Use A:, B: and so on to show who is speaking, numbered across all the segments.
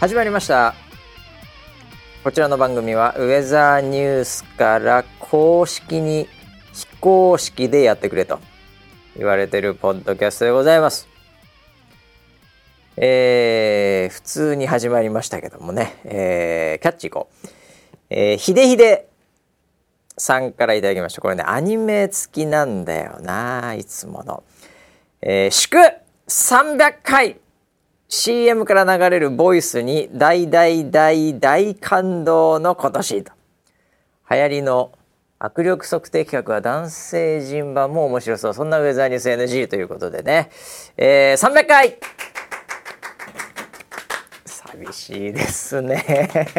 A: 始まりましたこちらの番組はウェザーニュースから公式に非公式でやってくれと言われてるポッドキャストでございますえー、普通に始まりましたけどもね、えー、キャッチいこう、えー、ひでひでさんからいただきましたこれねアニメ付きなんだよないつもの、えー、祝300回 CM から流れるボイスに大大大大感動の今年と流行りの握力測定企画は男性陣版も面白そうそんなウェザーニュース NG ということでね、えー、300回寂しいですね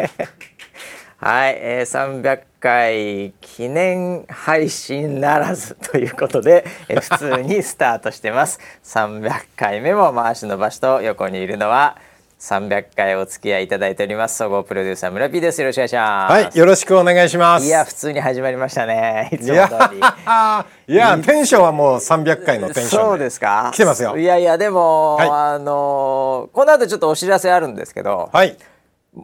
A: はい、えー、300回記念配信ならずということで、えー普通にスタートしてます300回目も回し伸ばしと横にいるのは300回お付き合いいただいております総合プロデューサー村 P ですよろしくお願いします
B: はい、よろしくお願いします。
A: いや普通に始まりましたねいつも
B: い
A: 通 り
B: や、いや、テンションはもう300回のテンション。
A: そうですか
B: 来てますよ
A: い。やいやでも、
B: はい
A: あのこの後ちょっとお知らせあるんですけど、
B: はい。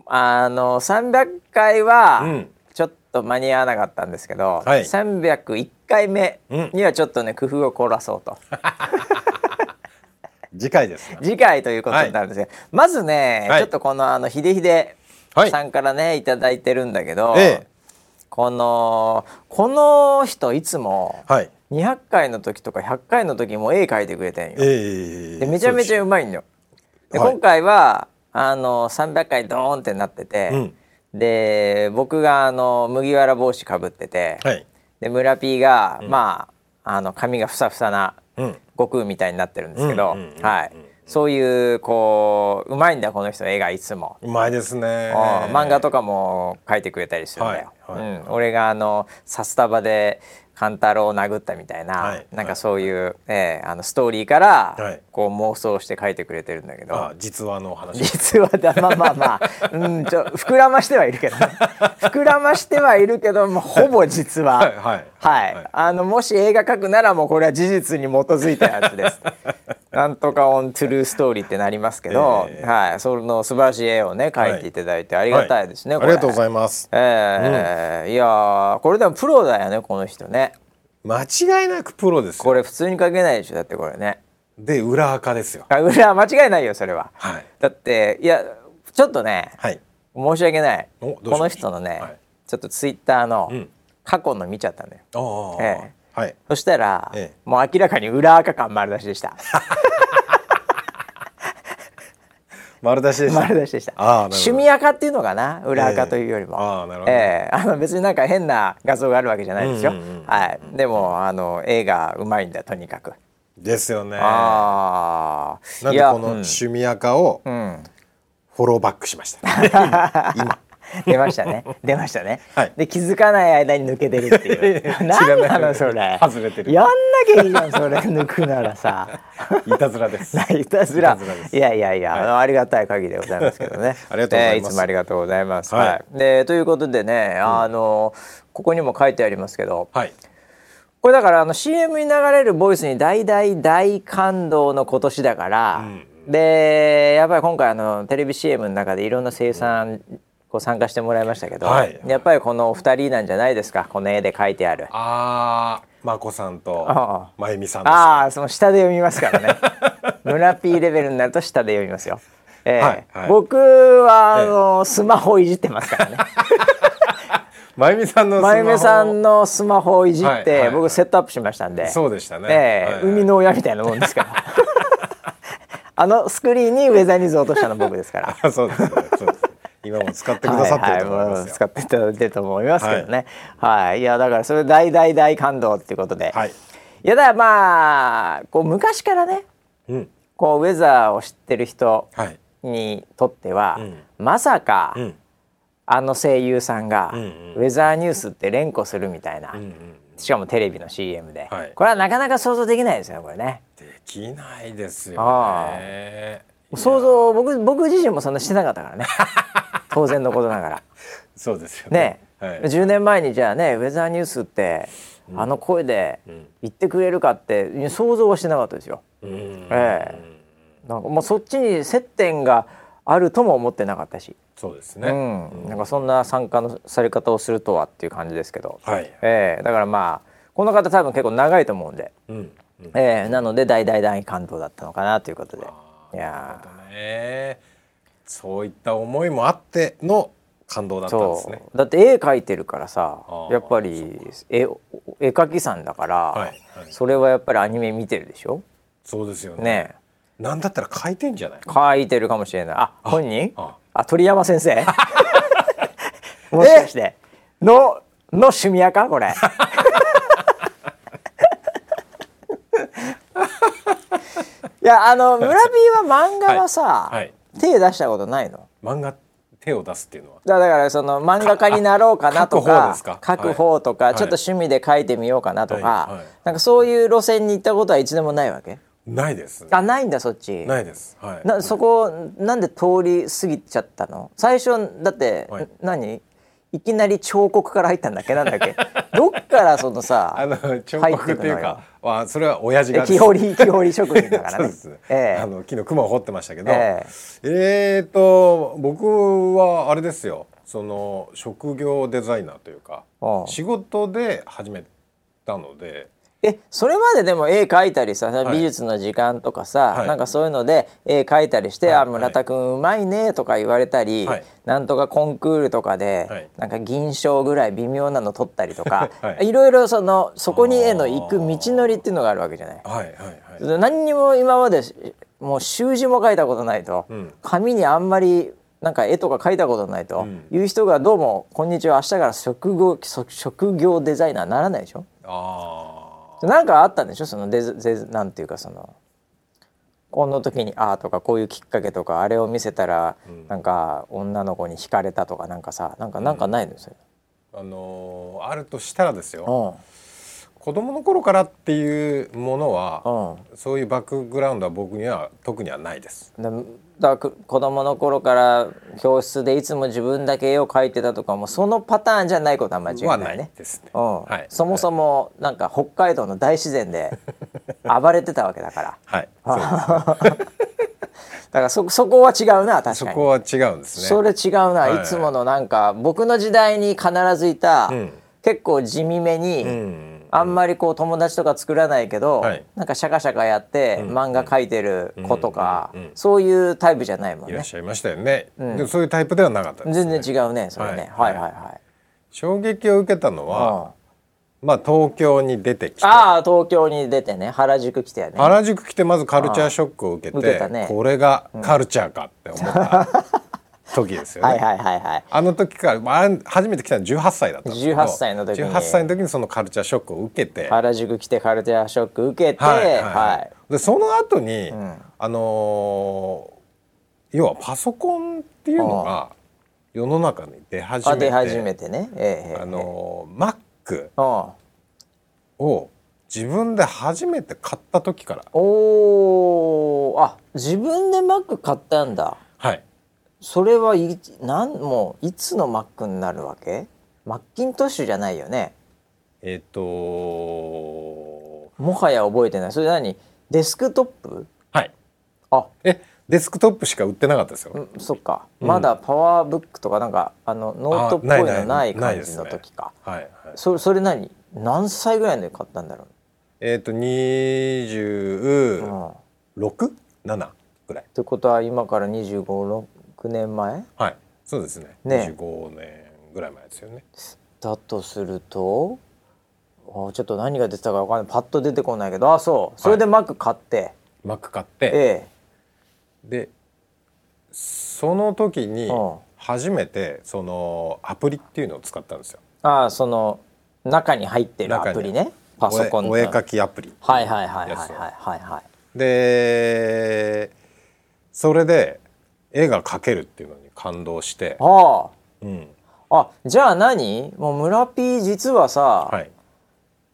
A: あの300回は
B: ん
A: ちょっと間に合わなかったんですけど、
B: はい
A: 301回目
B: うん
A: にはちょっとね工夫を凝らそうと、
B: 次回ですが。
A: 次回ということになるんですけど、まずね、
B: はい
A: ちょっとこのあのひでひで
B: はい
A: さんからねいただいてるんだけど、
B: ええ
A: このこの人いつも
B: はい。
A: 200回の時とか100回の時も絵描いてくれてんよ。
B: ええ
A: でめちゃめち
B: ゃ。
A: ゃうまいんだよ。で、
B: はい
A: 今回はあの300回ドーンってなってて、で僕があの麦わら帽子かぶってて、
B: はい。
A: で村 P が、まああの髪がふさふさな
B: うん。
A: 悟空みたいになってるんですけど、
B: うんうんうんうん
A: はい、そういうこううまいんだこの人の絵がいつも。
B: うまいですね。
A: うん漫画とかも描いてくれたりするんだよ。
B: はいはい
A: うん、俺があのサスタバでカンタロウを殴ったみたいな、
B: はい
A: なんかそういう、ええあのストーリーから、
B: はい
A: こう妄想して描いてくれてるんだけど。
B: あ、実話の話。
A: 実はだまあまあまあ、うん、ちょ膨らましてはいるけどね膨らましてはいるけど、まあ、ほぼ実は
B: はいはい
A: はい
B: はい
A: あのもし映画描くならもうこれは事実に基づいたやつです なんとかオントゥルーストーリーってなりますけど、
B: ええ
A: はい、その素晴らしい絵をね描いていただいてありがたいですね、
B: は
A: こ
B: あ
A: れ
B: りがとうございます。
A: ええいやーこれでもプロだよねこの人ね
B: 間違いなくプロですよ。
A: これ普通に描けないでしょだってこれね
B: で、裏垢ですよ。
A: あ裏間違いないよそれは、
B: はい
A: だっていやちょっとね、
B: はい。
A: 申し訳ない
B: おどう
A: こ
B: しまし
A: の人
B: た
A: のね、
B: はい
A: ちょっとツイッターの
B: ん
A: 過去の見ちゃったんだよ、
B: ああ。
A: え
B: はい。
A: そしたら、
B: ええ
A: もう明らかに裏垢感丸出しでした
B: 丸出しでした。
A: 丸出しでした
B: ああ、なるほ
A: 趣
B: ど。
A: 味垢っていうのかな裏垢というよりも、
B: ええああなるほど
A: ええあの別になんか変な画像があるわけじゃないですよ、
B: うんうんうん
A: はいでもあの絵がうまいんだとにかく、
B: ですよね。な
A: ああ
B: んでこの
A: うん
B: 趣味垢を
A: うん
B: フォローバックしました。
A: 出ましたね出ましたね、
B: はい
A: で気づかない間に抜けてるって いう何なのそれ
B: 外れてる
A: やんなきゃいいじゃんそれ抜くならさ
B: いたずらです。
A: い たずら
B: いたずらです
A: いやいやいや、あのありがたい限りでございますけど ね
B: ありがとうござ
A: え
B: います
A: ーいつもありがとうございます、は
B: はいい
A: でということでねあの、ここにも書いてありますけど
B: はい。
A: これだからあの CM に流れるボイスに大大大感動の今年だから、でやっぱり今回あのテレビ CM の中でいろんな生産こう参加してもらいましたけど、
B: はい
A: やっぱりこのお二人なんじゃないですかこの絵で描いてある。
B: ああ、まこさん
A: あ
B: とまゆみさんです、ね。
A: ああその下で読みますから ね村 P レベルになると下で読みますよ。ええ
B: はいはい
A: 僕はあの、スマホいじってます からね。
B: まゆみさんのスマホ
A: まゆめさんのスマホをいじって、
B: はいはいはい
A: 僕セットアップしましたんで。
B: そうでしたね
A: ええ
B: はいはい
A: 海の親みたいなもんです から。あのスクリーンにウェザーニューズを落としたの僕ですから。
B: あそうです、ね。そうです。今も使ってくださってると思い
A: はい
B: ま
A: はいもう
B: す
A: 使
B: よ。
A: っていただいてると思いますけどね。はい、い、やだからそれ大大大感動っていうことで。
B: はい
A: やだからまあこう昔からね、
B: うん。
A: こうウェザーを知ってる人
B: はい。
A: にとっては、
B: ん
A: まさか、
B: うん。
A: あの声優さんが、
B: ん
A: ウェザーニュースって連呼するみたいな、
B: うんうん。
A: しかもテレビの CM で、
B: はい
A: これはなかなか想像できないですよねこれね。
B: できないですよ
A: あ
B: ね。
A: 想像僕僕自身もそんなしてなかったから ね当然のことながら。
B: そうですよね
A: ね。、
B: はい。
A: 10年前にじゃあねウェザーニュースってあの声で言ってくれるかって想像はしてなかったですよ。
B: うん。
A: ええなんかもうそっちに接点があるとも思ってなかったし、
B: そうです
A: う
B: ね。
A: ん、なんかそんな参加のされ方をするとはっていう感じですけど、
B: はい。
A: ええだからまあこの方多分結構長いと思うんで、
B: うん。
A: ええなので大大大感動だったのかなということでいやー
B: ねそういった思いもあっての感動だったんです
A: そ
B: ね。
A: うだって絵描いてるからさ
B: あー
A: やっぱり絵を絵描きさんだから、
B: はいはい
A: それはやっぱりアニメ見てるでしょ
B: そうですよね。
A: ねえ
B: なんだったら書いてんじゃない？
A: 書いてるかもしれないあ本人
B: あ
A: あ鳥山先 生もしかしてのの趣味やかこれ いやあの村 B は漫画はさ、
B: はいはい
A: 手出したことないの
B: 漫画手を出すっていうのは。
A: だだからその漫画家になろうかなとか
B: あ書く方ですか
A: 書く方とか、
B: はい
A: ちょっと趣味で書いてみようかなとか、
B: はいはい
A: なんかそういう路線に行ったことは一度もないわけ
B: ないです。
A: あないんだそっち
B: ないです。はい。
A: なそこなんで通り過ぎちゃったの最初だって、
B: はい
A: ん何いきなり彫刻から入ったんだっけなんだ っけどっからそのさ
B: あの彫
A: 入
B: 刻
A: て
B: っ
A: くの
B: てい
A: よ
B: うか、あそれは親父
A: え
B: がです。
A: 木彫り木彫り職人だからね
B: そうです、
A: ええ
B: あの昨日熊を掘ってましたけど、
A: え
B: えーと僕はあれですよその職業デザイナーというか
A: うん
B: 仕事で始めたので
A: えそれまででも絵描いたりさ
B: い
A: 美術の時間とかさ、
B: はい
A: なんかそういうので絵描いたりして「
B: はい
A: あ村田君うまいね」とか言われたり、
B: はい
A: なんとかコンクールとかで、
B: はい
A: なんか銀賞ぐらい微妙なの取ったりとか、、
B: はいい
A: ろいろそのそこにへの行く道のりっていうのがあるわけじゃない。
B: はいはいはい
A: 何にも今までしもう習字も書いたことないと、
B: ん
A: 紙にあんまりなんか絵とか書いたことないと、
B: ん
A: いう人がどうも「こんにちは明日から職業職業デザイナーならないでしょ
B: あ
A: なんかあったんでしょそのデザデザなんていうかそのこの時に「あ」とかこういうきっかけとかあれを見せたら、なんか女の子に惹かれたとかなんかさなんかなんかないのよそれ、
B: ーあのーあるとしたらです
A: う
B: よ
A: ん
B: 子供の頃からっていうものは
A: うん
B: そういうバックグラウンドは僕には特にはないです
A: だだく子供の頃から教室でいつも自分だけ絵を描いてたとかもそのパターンじゃないことは間違い
B: は
A: な
B: ないい
A: ね。
B: ですね、
A: うん
B: はい
A: そもそもなんか北海道の大自然で暴れてたわけだから
B: はい、そうです
A: だからそそこは違うな確かに
B: そこは違うんですね
A: それ違うな、
B: はい
A: い、つものなんか僕の時代に必ずいた、
B: ん
A: 結構地味めに、
B: うん
A: あんまりこう友達とか作らないけど、
B: はい
A: なんかシャカシャカやって、漫画描いてる子とか、
B: うんうんうん
A: そういうタイプじゃないもん
B: いらっ
A: ね
B: しゃいましたよね、でもそういうタイプではなかったです
A: 全然違うねそれね、は、
B: はいい
A: はいはい
B: 衝撃を受けたのは、
A: うん
B: まあ東京に出てきて
A: ああ東京に出てね原宿来てやね
B: 原宿来てまずカルチャーショックを受けて
A: 受けたね
B: これがカルチャーかって思った時ですよね、
A: はいはいはいはい
B: あの時から、まああれ、初めて来たの18歳だったんですけど
A: 18歳の時に
B: 18歳の時にそのカルチャーショックを受けて
A: 原宿来てカルチャーショック受けてはい、
B: でその後に、あのー要はパソコンっていうのが世の中に出始
A: あ
B: めて
A: 出始めてねええええ
B: あのー Mac
A: うん
B: を自分で初めて買った時から
A: おーあ自分で Mac 買ったんだ
B: はい
A: それはいなんもういつの Mac になるわけマッキントッシュじゃないよね
B: えっ、と
A: もはや覚えてないそれ何デスクトップ
B: はい
A: あ
B: えデスクトップしか売ってなかったですよ、
A: うんそっか、まだパワーブックとかなんかあのノートっぽい
B: あ
A: のない感
B: で
A: じ
B: す
A: の
B: ね
A: 時か
B: はいはい
A: それそれ何何歳ぐらいで買ったんだろ
B: えっ、と
A: う、うん、っ
B: 267ぐらい
A: てことは今から2 5 6年前
B: はいそうですね
A: ね
B: 25年ぐらい前ですよね
A: だとするとあちょっと何が出てたかわかんないパッと出てこないけどあそうそれでマック買って、
B: マック買って
A: え
B: でその時に
A: うん
B: 初めてそのアプリっていうのを使ったんですよ
A: えあその中に入ってるアプリねパソコンの
B: お絵お絵描きアプリってう
A: はいはいはいはい
B: や
A: はい
B: つを
A: はいはい
B: でそれで絵が描けるっていうのに感動して、
A: あ
B: うん
A: ああじゃあ何もう村ピー実はさ、
B: はい、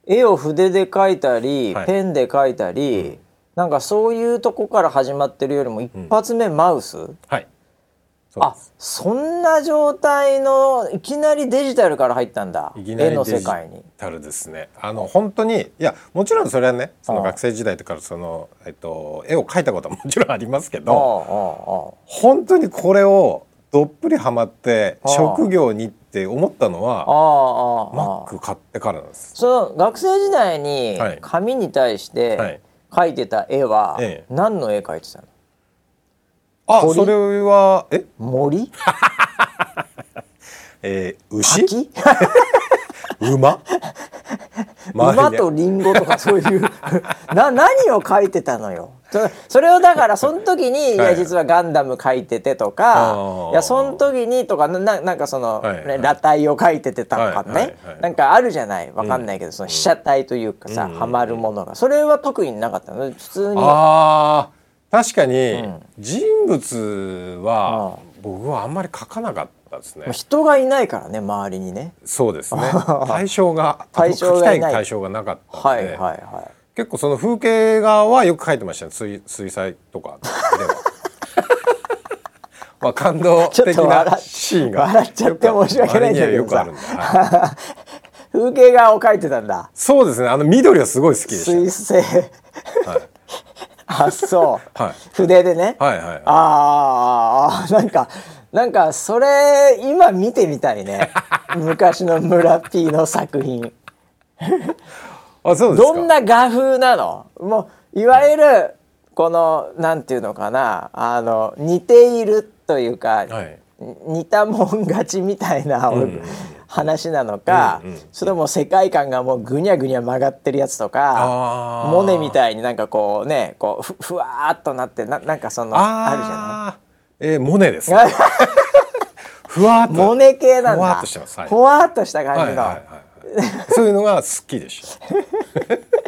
A: 絵を筆で描いたり、
B: はい
A: ペンで描いたり、なんかそういうとこから始まってるよりも一発目マウス、
B: はい、そう
A: あ
B: です
A: そんな状態のいきなりデジタルから入ったんだ
B: いきな
A: 絵
B: り
A: の
B: デ
A: 世
B: ジ
A: 界に。
B: タルですねあの本当にいやもちろんそれはねそ
A: あ
B: の
A: あ
B: 学生時代とかその、えっと、絵を描いたことはも ちろんありますけ
A: あああ
B: ど本当にこれをどっぷりハマって
A: ああ
B: 職業にって思ったの
A: ああ
B: は
A: ああ
B: マック買ってからなんです。
A: その学生時代に
B: はい
A: 紙に対し
B: は
A: て
B: い
A: 描いてた絵は
B: ええ
A: 何の絵描いてたの
B: あ
A: 鳥
B: それはえ
A: 森
B: えー牛
A: 滝
B: 馬
A: 馬
B: 周り
A: とリンゴとかそう いうな何を描いてたのよそそれをだからその時に、い、
B: は
A: や
B: い
A: 実はガンダム描いててと
B: あ
A: か
B: ー
A: いやその時にとかなななんかその、
B: はい
A: ね裸体を描いててたとかね、
B: はいはいはい
A: なんかあるじゃないわかんないけど、その被写体というかさ、ハマるものがそれは特になかったの普通に
B: あー確かに人物は
A: あ
B: 僕はあんまり描かなかったですね。
A: 人がいないからね周りにね。
B: そう ですね対象が
A: 対象がいない
B: 描きたい対象がなかった
A: は
B: の
A: い
B: で、
A: はいはい
B: 結構その風景画はよく描いてましたね水水彩とかでは。 まあ感動
A: ちょっ
B: 的
A: と笑
B: な
A: っ
B: シーンが
A: 笑っちゃって申し訳ないんだけどさ
B: あれにはよくあるんだはい
A: 風景画を描いてたんだ
B: そうですねあの緑はすごい好きでした、
A: 水星あそう、
B: はい
A: 筆でね、
B: はいはいはい
A: あーあーなんかなんかそれ今見てみたい ね昔の村 P の作品
B: あそうですか
A: どんな画風なのもういわゆるこのなんていうのかなあの似ているというか、
B: はい
A: 似たもん勝ちみたいな、話なのか、それとも世界観がもうぐにゃぐにゃ曲がってるやつとか
B: あー
A: モネみたいになんかこうねこうふふわーっとなってななんかそのあるじゃ
B: あるじゃないえーモネです
A: ない
B: ふわーっと
A: モネ系なんだ
B: ふわーっとしてますはい
A: ふわーっとした感
B: は
A: じ
B: い
A: の、
B: はいはいはい そういうのが好きでし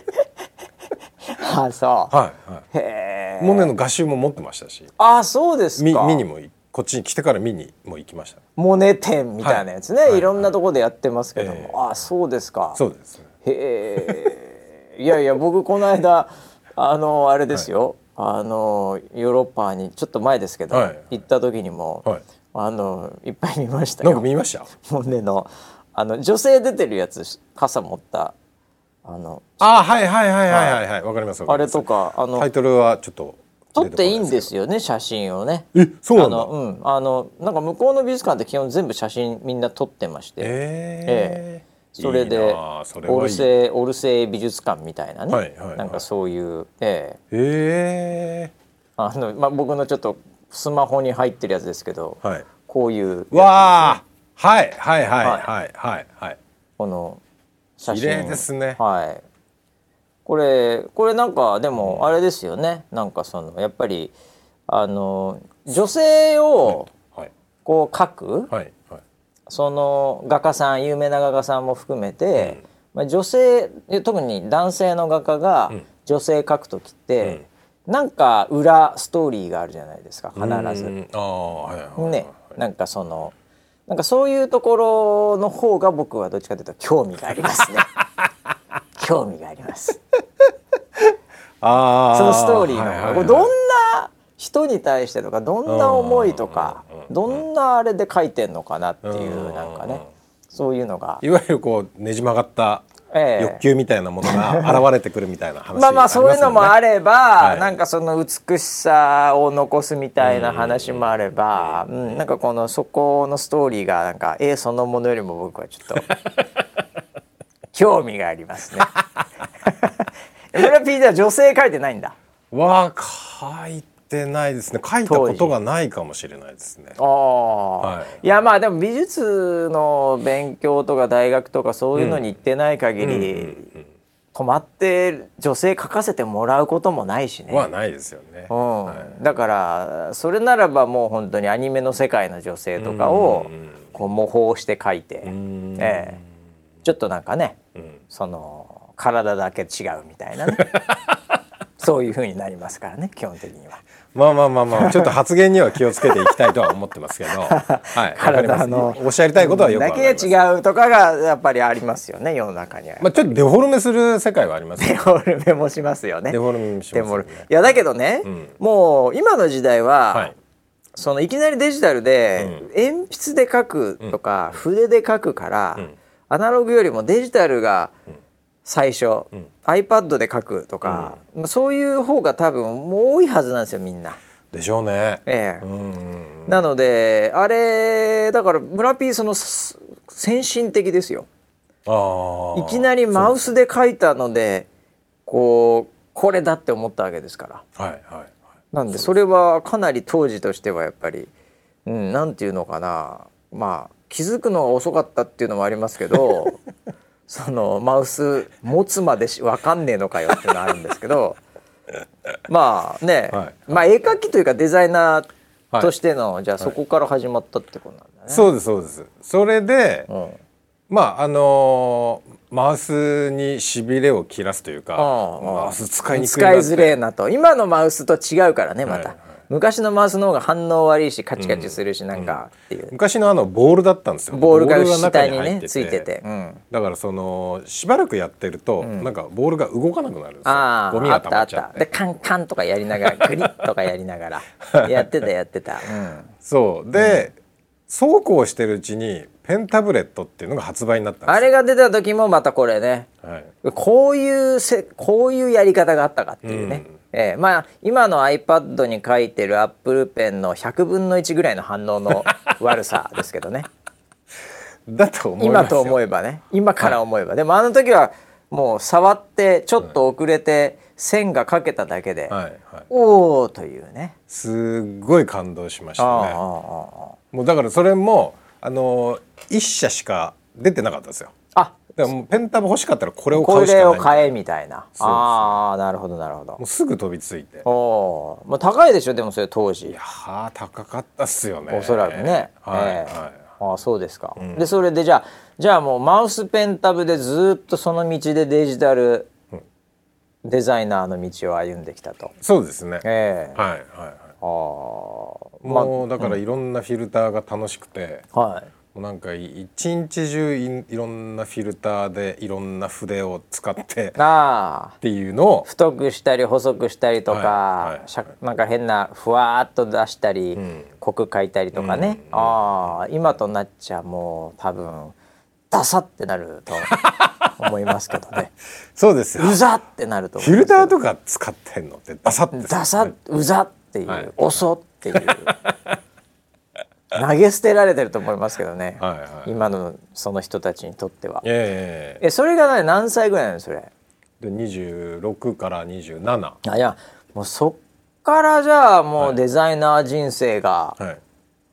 A: あそ
B: たはい、は
A: う、へ
B: い、
A: え
B: モネの画集も持ってましたし
A: あそうです
B: 見
A: か
B: 見にもいこっちに来てから見にも行きました
A: モネ展みたいなやつね、
B: はい
A: い
B: はい
A: ろんなとこでやってますけども、
B: え
A: あそうですか
B: そうですね
A: へえ。いやいや、僕この間、あの、あれですよ。あの、ヨーロッパに、ちょっと前ですけど、
B: はいはい
A: 行った時にも。
B: はい
A: あの、いっぱい見ました
B: なんか
A: よ。
B: 見ました
A: モネの、あの、女性出てるやつ、傘持った。あの、
B: あーはいはいはいはいはいはいわかりますわ
A: あ
B: かり
A: れ
B: ます
A: とか、あの
B: タイ、トルはちょっと
A: 撮っていいんですすよね、写真をね。
B: えそうな
A: あ
B: んだ
A: の、うん、あの、なんか向こうの美術館って基本全部写真みんな撮ってまして。
B: えー
A: それで
B: いいなあそれ
A: オ
B: は
A: ル
B: いい
A: セイオルセイ美術館みたいなね、
B: はいはいはい
A: なんかそういう、ええ
B: え
A: あのまあ、僕のちょっとスマホに入ってるやつですけど、
B: ーはい
A: こういう
B: わあはいはいはいはいはいはい
A: この写真
B: 綺麗ですね
A: はいこれこれなんかでもあれですよねなんかそのやっぱりあの女性を
B: はい
A: こう描く、
B: はいはい
A: その画家さん有名な画家さんも含めて、まあ、女性え特に男性の画家が女性描く時って、なんか裏ストーリーがあるじゃないですか必
B: う
A: ず。
B: んああはいはいはい
A: ねなんかそのなんかそういうところの方が僕はどっちかというと興味があります ね。興味があります。
B: ああ
A: そのストーリーの
B: はい
A: 方
B: は
A: が
B: いは
A: こ
B: い
A: れどんな人に対してとかどんな思いとかどんなあれで書いてんのかなっていうなんかねそういうのが
B: いわゆるこうねじ曲がった
A: ええ
B: 欲求みたいなも のが現れてくるみたいな話
A: まあまあそういうのもあ
B: る
A: れば、
B: い
A: なんかその美しさを残すみたいな話もあれば、うんなんかこのそこのストーリーがなんか絵そのものよりも僕はちょっと興味がありますね。MLP では女性描いてないんだ。
B: わあ書いてないですね書いたことがないかもしれないですね
A: ああ、
B: はい
A: い、やまあでも美術の勉強とか大学とかそういうのに行ってない限り、止まって女性描かせてもらうこともないしね。
B: はないですよね
A: うんだからそれならばもう本当にアニメの世界の女性とかをこう模倣して描いて、
B: ん
A: ええちょっとなんかね、その体だけ違うみたいな ねそういう風になりますからね基本的には。
B: まあまあまあまあちょっと発言には気をつけていきたいとは思っ てますけどはいわかります
A: 体の
B: おっしゃりたいことはよくわ
A: だ
B: かり
A: け
B: ます
A: 違うとかがやっぱりありますよね世の中には。
B: まあちょっとデフォルメする世界はあります
A: デ
B: ね
A: フォルメもし ますよね。
B: デフォルメしますよね
A: デフォルメいやだけどね、もう今の時代は、
B: はい
A: そのいきなりデジタルで、鉛筆で書くとか、筆で書くから、
B: うん
A: アナログよりもデジタルが最初、
B: うん
A: iPad で書くとか、まあそういう方が多分もう多いはずなんですよみんな。
B: でしょうね。
A: ええ
B: うんうんうん
A: なのであれだから村 P そのす先進的ですよ。
B: あー
A: いきなりマウスで書いたのでこうこれだって思ったわけですから。
B: はいはいはい。
A: なんでそれはかなり当時としてはやっぱり、うん、なんていうのかなまあ気づくのが遅かったっていうのもありますけ どそのマウス持つまでし分かんねえのかよっていうのはあるんですけどまあね、
B: はい
A: まあ絵描きというかデザイナ
B: は
A: ー
B: い
A: としての、じゃあそこから始まったってことなんだね。
B: そうですそうです。それで、
A: うん
B: まああのーマウスにしびれを切らすというか、
A: ああ
B: マウス使いにくい
A: 使いづれえ
B: なって。
A: なと今のマウスと違うからねまた、
B: はいはい
A: 昔のマウスの方が反応悪いしカチカチするし、なんかっていう、
B: 昔のあのボールだったんですよ。
A: ボールが
B: 中
A: 下に
B: 入っ
A: ねついてて、うん、
B: だからそのしばらくやってると、なんかボールが動かなくなるんです
A: あ
B: よ。
A: あ
B: ゴミ
A: あ
B: が
A: った
B: 溜ま
A: あ
B: っ
A: っ
B: ちゃったて。
A: でカンカンとかやりなが らグリッとかやりながらやってたやってた、 うん
B: そうで、そうこうしてるうちにペンタブレットっていうのが発売になったん
A: あ
B: で
A: れが出た時もまたこれね
B: すよ。はい。
A: こういうせこういうやり方があったかっていうね、ええまあ今の iPad に書いてる Apple ペンの100分の1ぐらいの反応 の悪さですけどね
B: だと思いますよ。
A: 今と思えばね今から思えば、でもあの時はもう触ってちょっと遅れて線がかけただけで、
B: はいはい。
A: おおというね。
B: すっごい感動しました
A: あああ
B: ね。
A: あああ
B: もうだからそれもあの一社しか出てなかったんですよ。
A: あ
B: だからもうペンタブ欲しかったらこれを買
A: こ
B: うしかな
A: れ
B: い
A: を
B: みた
A: 買えみた
B: いな。
A: いな
B: うです
A: ああなるほどなるほ
B: も
A: ど
B: うすぐ飛びついて。い
A: おおーまあ高いでしょでもそれ当時
B: やー高かったっすよね。
A: おそらくね、
B: はい、
A: ええ
B: はい。
A: ああそうですか、でそれでじゃあじゃあもうマウスペンタブでずーっとその道でデジタルデザイナーの道を歩んできたと
B: そうですね。はい
A: ええ
B: はいはい。
A: ああま
B: もうだからいろんなフィルターが楽しくて、
A: あはい
B: もうなんか一日中いいろんなフィルターでいろんな筆を使ってっ
A: ああ
B: ていうのを
A: 太くしたり細くしたりとか、
B: はいはい
A: しゃなんか変なふわーっと出したり、濃く描いたりとかね、ああ今となっちゃもう多分ダサってなると 思いますけどね
B: そうですよ。
A: うざってなると思
B: フ
A: う
B: ィルターとか使ってんのってダサって
A: ダサうざっていう、
B: はい
A: 遅っていう投げ捨てられてると思いますけどね、
B: はいはい
A: 今のその人たちにとっては。
B: ええ
A: えそれがね何歳ぐらいなのそれ
B: で26から27は
A: あいやもうそっからじゃあもうデザイナー人生が
B: い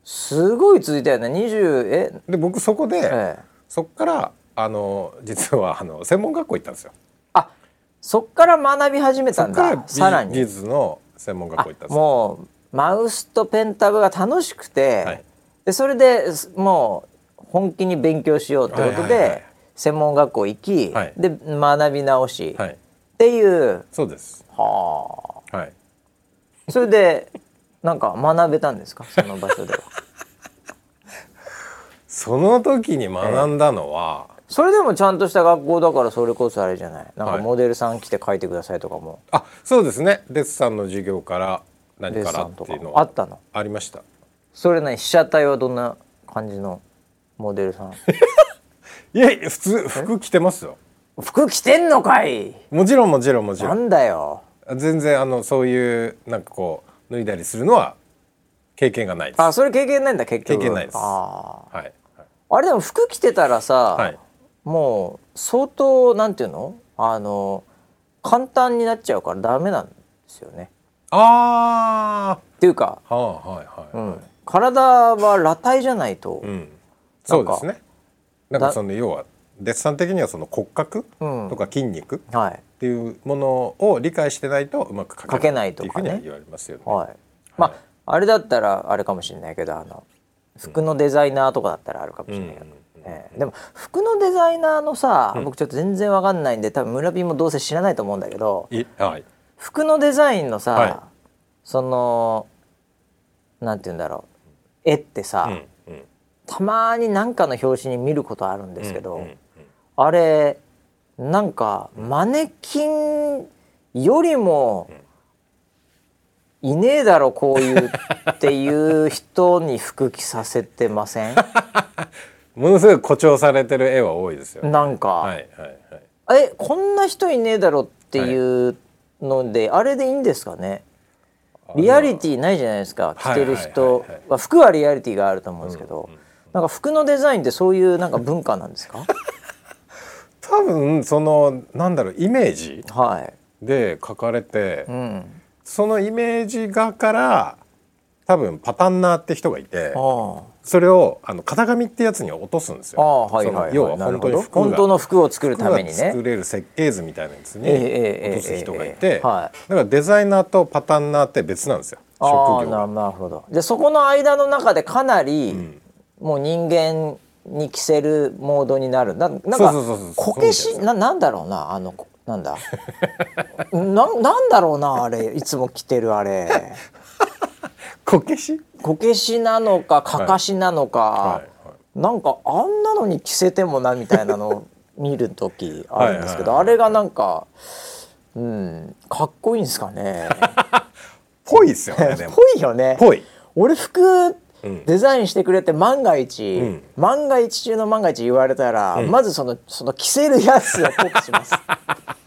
A: すごい続いたよね20え
B: で僕そこで、
A: ええ
B: そっからあの実はあの専門学校行ったんですよ
A: あそっから学び始めた
B: そ
A: ん
B: っから
A: だ
B: 美
A: さら
B: 美
A: に
B: 術の専門学
A: あ
B: 校行ったんですよ
A: もうマウスとペンタブが楽しくて、
B: はい
A: でそれですもう本気に勉強しようってこと
B: はいはいは
A: で
B: い
A: 専門学校行き、
B: はい
A: で学び直し、
B: はい
A: っていう
B: そうです
A: は
B: はい
A: あそれでなんか学べたんですかその場所 では。
B: その時に学んだのは、
A: それでもちゃんとした学校だからそれこそあれじゃないなんか
B: はい
A: モデルさん来て書いてくださいとかも、
B: あそうですねデッサンの授業から
A: デ
B: 何
A: ッ
B: か
A: サ
B: ら
A: ン
B: っ
A: と
B: て
A: か
B: いうの
A: もあ
B: は
A: ったの
B: ありました
A: それね被写体はどんな感じのモデルさん
B: いやいや普通服着てますよ
A: 服着てんのかい
B: もちろんもちろんもちろん
A: なんだよ
B: 全然あのそういうなんかこう脱いだりするのは経験がないです。は
A: あそれ経験ないんだ結局
B: 経験ないです
A: あ
B: い。はい
A: ーあれでも服着てたらさ、
B: はい
A: もう相当なんていうのあの簡単になっちゃうからダメなんですよね
B: あ
A: っていうか、
B: あ、はあ、はいはい。
A: うん、体は裸体じゃないと、
B: うん。そうですね。なんかその要はデッサン的にはその骨格
A: うん
B: とか筋肉っ
A: はい
B: ていうものを理解してないとうまく描けない
A: 描けないと
B: って
A: か
B: いうふうに
A: ね
B: は言われますよね。
A: はい。まあ、あれだったらあれかもしれないけどあの服のデザイナーとかだったらあるかもしれないけど、ええでも服のデザイナーのさ、僕ちょっと全然わかんないんで多分村ピもどうせ知らないと思うんだけど
B: いはい。
A: 服のデザインのさ、
B: はい
A: そのなんて言うんだろう絵ってさ、
B: うんうん。
A: たまに何かの表紙に見ることあるんですけど、
B: うんうん
A: あれなんかマネキンよりもいねえだろこういうっていう人に服着させてませ ん
B: ものすごい誇張されてる絵は多いですよ、
A: なんか、
B: はいはいはい
A: えこんな人いねえだろっていうので、あれでいいんですかねリアリティないじゃないですか着てる人
B: はいはいはい
A: は服はリアリティがあると思うんですけど、なんか服のデザインってそういうなんか文化なんです か
B: 多分そのなんだろうイメージ
A: はい、
B: で描かれて、
A: うん、
B: そのイメージ画から多分パタンナーって人がいて
A: ああ
B: それをあの型紙ってやつに落とすんですよ。
A: ああはいはい、はい、
B: その要は
A: なる
B: 本
A: ほど
B: 当に服が
A: 本当の服を作る
B: 服
A: ため
B: が
A: に
B: 作
A: ね
B: れる設計図みたいなやつに
A: ええええ
B: 落とす人がい
A: えええ
B: て
A: えは
B: だ
A: い
B: からデザイナーとパタンナーって別なんですよ職
A: ああ
B: 業
A: な
B: が。
A: なるほどでそこの間の中でかなり、もう人間に着せるモードになるななんか
B: そうそうそうそう
A: こけ
B: そう
A: し
B: み
A: ななんだろうなあのこなんだ ななんだろうなあれいつも着てるあれ
B: こけし
A: こけしなのかかかしなのか、
B: いは
A: なんかあんなのに着せてもなみたいなのを見る時あるんですけど、
B: はいはい
A: あれがなんかうんかっこいいんですかね
B: ぽいですよ ね でも
A: ぽいよね
B: ぽい
A: 俺服
B: ん
A: デザインしてくれって万が一、
B: ん
A: 万が一中の万が一言われたら、まずそのその着せるやつを濃くします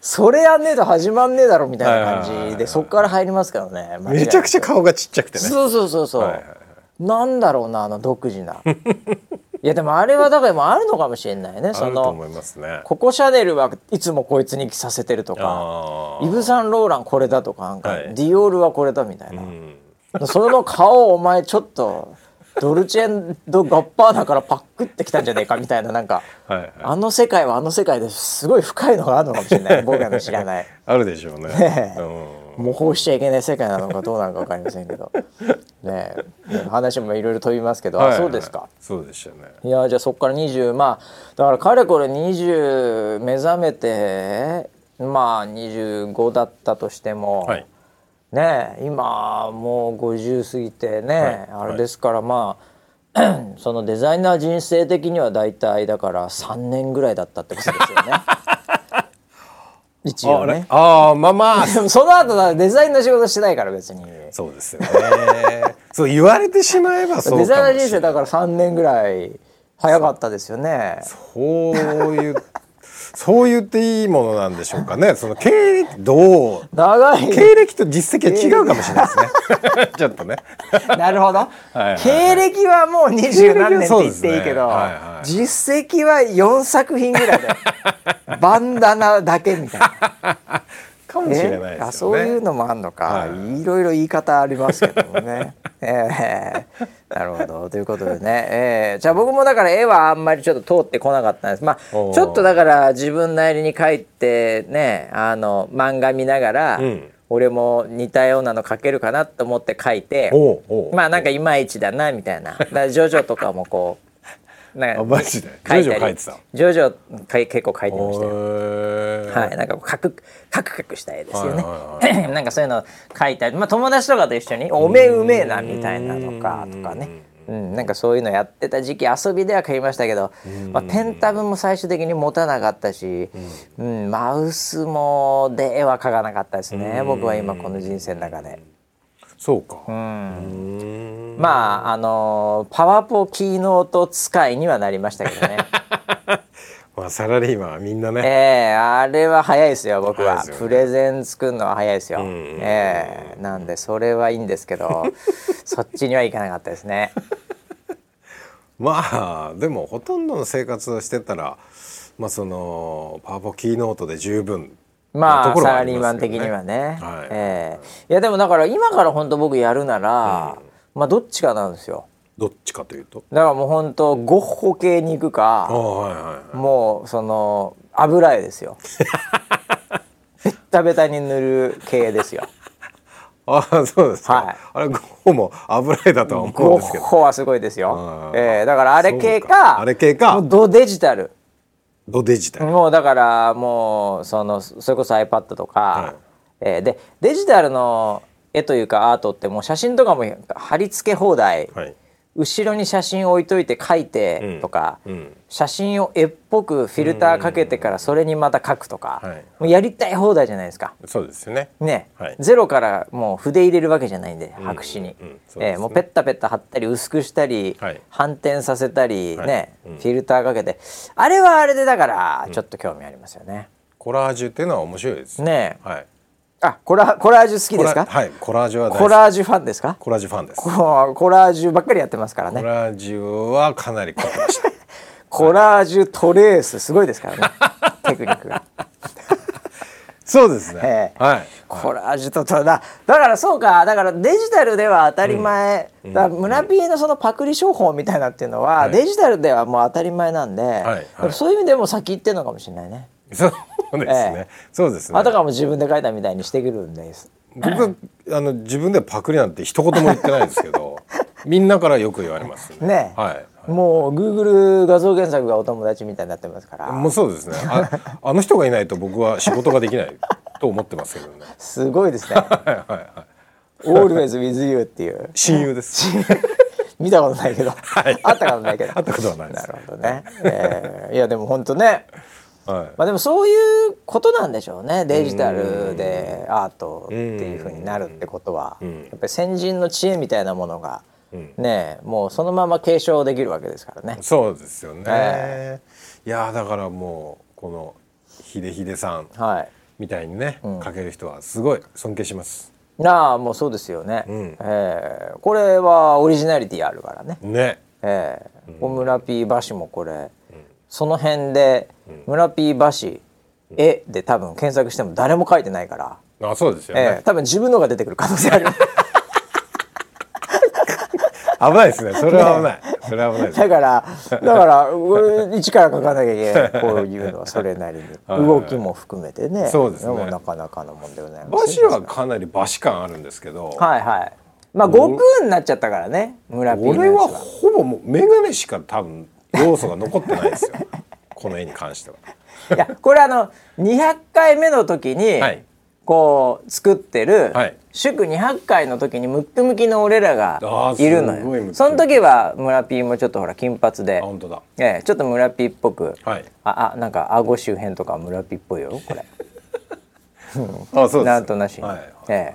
A: それやんねえと始まんねえだろみたいな
B: はいはい
A: 感
B: はい
A: じ
B: はい
A: でそっから入りますからね間違いな
B: めちゃくちゃ顔がちっちゃくてね
A: そうそうそうそう、
B: はいはいはい
A: なんだろうなあの独自 ないやでもあれはだからもうあるのかもしれないね
B: あ
A: そ
B: ると思
A: の
B: いますね。
A: ココシャネルはいつもこいつに着させてるとか
B: あ
A: イ
B: ー
A: ブ・サンローランこれだとかなんか、
B: はい
A: ディオールはこれだみたいな、
B: うん
A: その顔をお前ちょっとドルチェドガッパーナからパックってきたんじゃねえかみたいななんか、
B: はいはい
A: あの世界はあの世界ですごい深いのがあるのかもしれない僕らの知らない。
B: あるでしょうね。
A: ねえ
B: うん
A: 模倣しちゃいけない世界なのかどうなのか分かりませんけ どねえね話もいろいろ飛びますけど、
B: はいは
A: あ
B: い
A: そうですか。
B: そうでしたね。
A: いやじゃあそこから20まあだからかれこれ20目覚めてまあ25だったとしても、
B: はい
A: ねえ今もう50過ぎてね、あ
B: はい
A: れですからまあ そのデザイナー人生的には大体だから3年ぐらいだったってことですよね。 一応
B: あれ
A: ね。
B: あーまあまあ
A: でもその後だからデザインの仕事してないから別に。
B: そうですよね。そう言われてしまえばそうかも
A: デ
B: しれ
A: ザ
B: な
A: イ
B: い
A: ナー人生だから3年ぐらい早かったですよね。
B: そういうそう言っていいものなんでしょうかね。その経歴どう
A: 長い。
B: 経歴と実績は違うかもしれないです ね。ちょっとね。
A: なるほど
B: いはいはい。
A: 経歴はもう二十何年って言っていいけど、
B: 経
A: 実績は四作品ぐらい で、バンダナだけみたいな。
B: かもしれないですよね。
A: あそういうのもあんのか、、
B: はい
A: ろいろ言い方ありますけども ね。えーなるほどということでね、えーじゃあ僕もだから絵はあんまりちょっと通ってこなかったんですまあち
B: お
A: ょ
B: ー
A: っとだから自分なりに描いてねあの漫画見ながら、
B: ん
A: 俺も似たようなの描けるかなと思って描いて
B: おうおう
A: まあなんかいまいちだなみ たいなだからジョジョとかもこうなんか
B: あマジで
A: 描い
B: ジョジョ
A: た
B: 描
A: り
B: いてたの
A: ジョジョかい結構描いてましたよ
B: は
A: はい、なんかこうカクカクカクした絵ですよね。
B: はいは
A: なんかそういうの書いたり、まあ、友達とかと一緒に「おめえうめえな」みたいなのかとかね。うん、なんかそういうのやってた時期遊びでは買いましたけど、まあ、ペンタブも最終的に持たなかったし、うんマウスもで絵は描かなかったですね僕は今この人生の中で。
B: そうか。うーん。
A: まああのーパワポキーノート使いにはなりましたけどね。
B: まあサラリーマンはみんなね。
A: ええあれは早いですよ僕
B: 早、
A: はい
B: ですよね
A: プレゼン作るのは早いですよ、
B: ん
A: ええなんでそれはいいんですけ どそっちにはいかなかったですね
B: まあでもほとんどの生活をしてたらまあそのパワポキーノートで十分な
A: ま
B: と
A: あ
B: ころ
A: サ
B: は
A: ラ
B: り
A: リー
B: ま
A: マ
B: す
A: ン
B: けど
A: 的
B: ね
A: にはね、
B: はい
A: ええいやでもだから今から本当僕やるなら、まあどっちかなんですよ
B: どっちかというと
A: だからもう本当ゴッホ系に行くか
B: ああはいはいはい
A: もうその油絵です よベッタベタに塗る系ですよ
B: ああそうですか、
A: はい
B: あれゴッホも油絵だとは思うん
A: ゴ
B: ですけ
A: ッ
B: ど
A: ホはすごいですよ
B: あ。ー
A: えー、だからあれ系
B: そうか
A: か、
B: あれ系か
A: もうドデジタル。
B: ドデジタル
A: もうだからもうそのそれこそ iPad とか、
B: はい
A: えーでデジタルの絵というかアートってもう写真とかも貼り付け放題
B: はい
A: 後ろに写真置いといて書いてとか、
B: うん
A: 写真を絵っぽくフィルターかけてからそれにまた書くとか、
B: はい
A: もうやりたい放題じゃないですか。
B: そうですよね
A: ね、
B: はい
A: ゼロからもう筆入れるわけじゃないんで白紙に、
B: うんうんそうですね
A: えーもうペッタペッタ貼ったり薄くしたり、
B: はい
A: 反転させたり、
B: はい
A: ね、
B: うん
A: フィルターかけてあれはあれでだからちょっと興味ありますよね。
B: コラージュっていうのは面白いです
A: ねえ
B: はい
A: あコラコラージュ好きです
B: コ
A: か
B: ラはいコラージュは大好き
A: コラージュファンですか
B: コラージュファンですコ
A: こうコラージュばっかりやってますからね
B: ラージュはかなり買っ てました
A: コラージュトレースすごいですから ねテクニックが。
B: そうですね
A: ええ
B: はい
A: コラージュととだだからそうかだからデジタルでは当たり前、だから村ピーのそのパクリ商法みたいなっていうのは、
B: い
A: デジタルではもう当たり前なんで、
B: はいはい
A: そういう意味でも先行ってんのかもしれないね。
B: そうです
A: え
B: ねそうですね
A: あたかも自分で書いたみたいにしてくるんです。
B: 僕あの自分ではパクリなんて一言も言ってないですけ どみんなからよく言われますね
A: ねえ、
B: はい
A: もう Google 画像検索がお友達みたいになってますから、
B: もうそうですねああの人がいないと僕は仕事ができないと思ってますけどね
A: すごいです ね。Always with you っていう
B: 親友です
A: 見たことないけど、会ったことないけど。
B: 会ったことはないで
A: な
B: す
A: るほどね。えーいやでも本当ね。
B: はい
A: まあでもそういうことなんでしょうねデジタルでアートっていうふうになるってことはやっぱり先人の知恵みたいなものがねもうそのまま継承できるわけですからね。
B: そうですよね、
A: え
B: いやーだからもうこの秀秀さん
A: はい
B: みたいにね、かける人はすごい尊敬します
A: なあもうそうですよね、
B: ん
A: えーこれはオリジナリティあるからね、
B: ね
A: えー小村 P バシもこれ、その辺で「村 P バシ絵」で多分検索しても誰も書いてないから、
B: あそうですよ
A: えー
B: ね、
A: 多分自分のが出てくる可能性ある
B: 危ないですねそれは危ない、それは危ないで す
A: だからだから これ一から書かなきゃ いけないこういうのはそれなりに
B: い
A: 動きも含めてね
B: そうですね
A: もなかなかのもんでございますよ
B: バシはかなりバシ感あるんですけど、
A: はいはいまあ悟空になっちゃったからね村 P のやつ
B: 俺はほぼもう眼鏡しか多分要素が残ってな いですよこの絵に関しては。
A: いやこれあの200回目の時に、
B: はい
A: こう作ってる、
B: はい
A: 祝200回の時にムッキムキの俺らが
B: あー
A: いるの
B: すごいムッキム
A: よ
B: キ
A: その時は村ピーもちょっとほら金髪で
B: あ、本当だ。
A: ええ、ちょっと村ピーっぽく、
B: はい
A: ああなんか顎周辺とか村ピーっぽいよこれ
B: あ、そうです。
A: なんとなしに、
B: はい。
A: ええ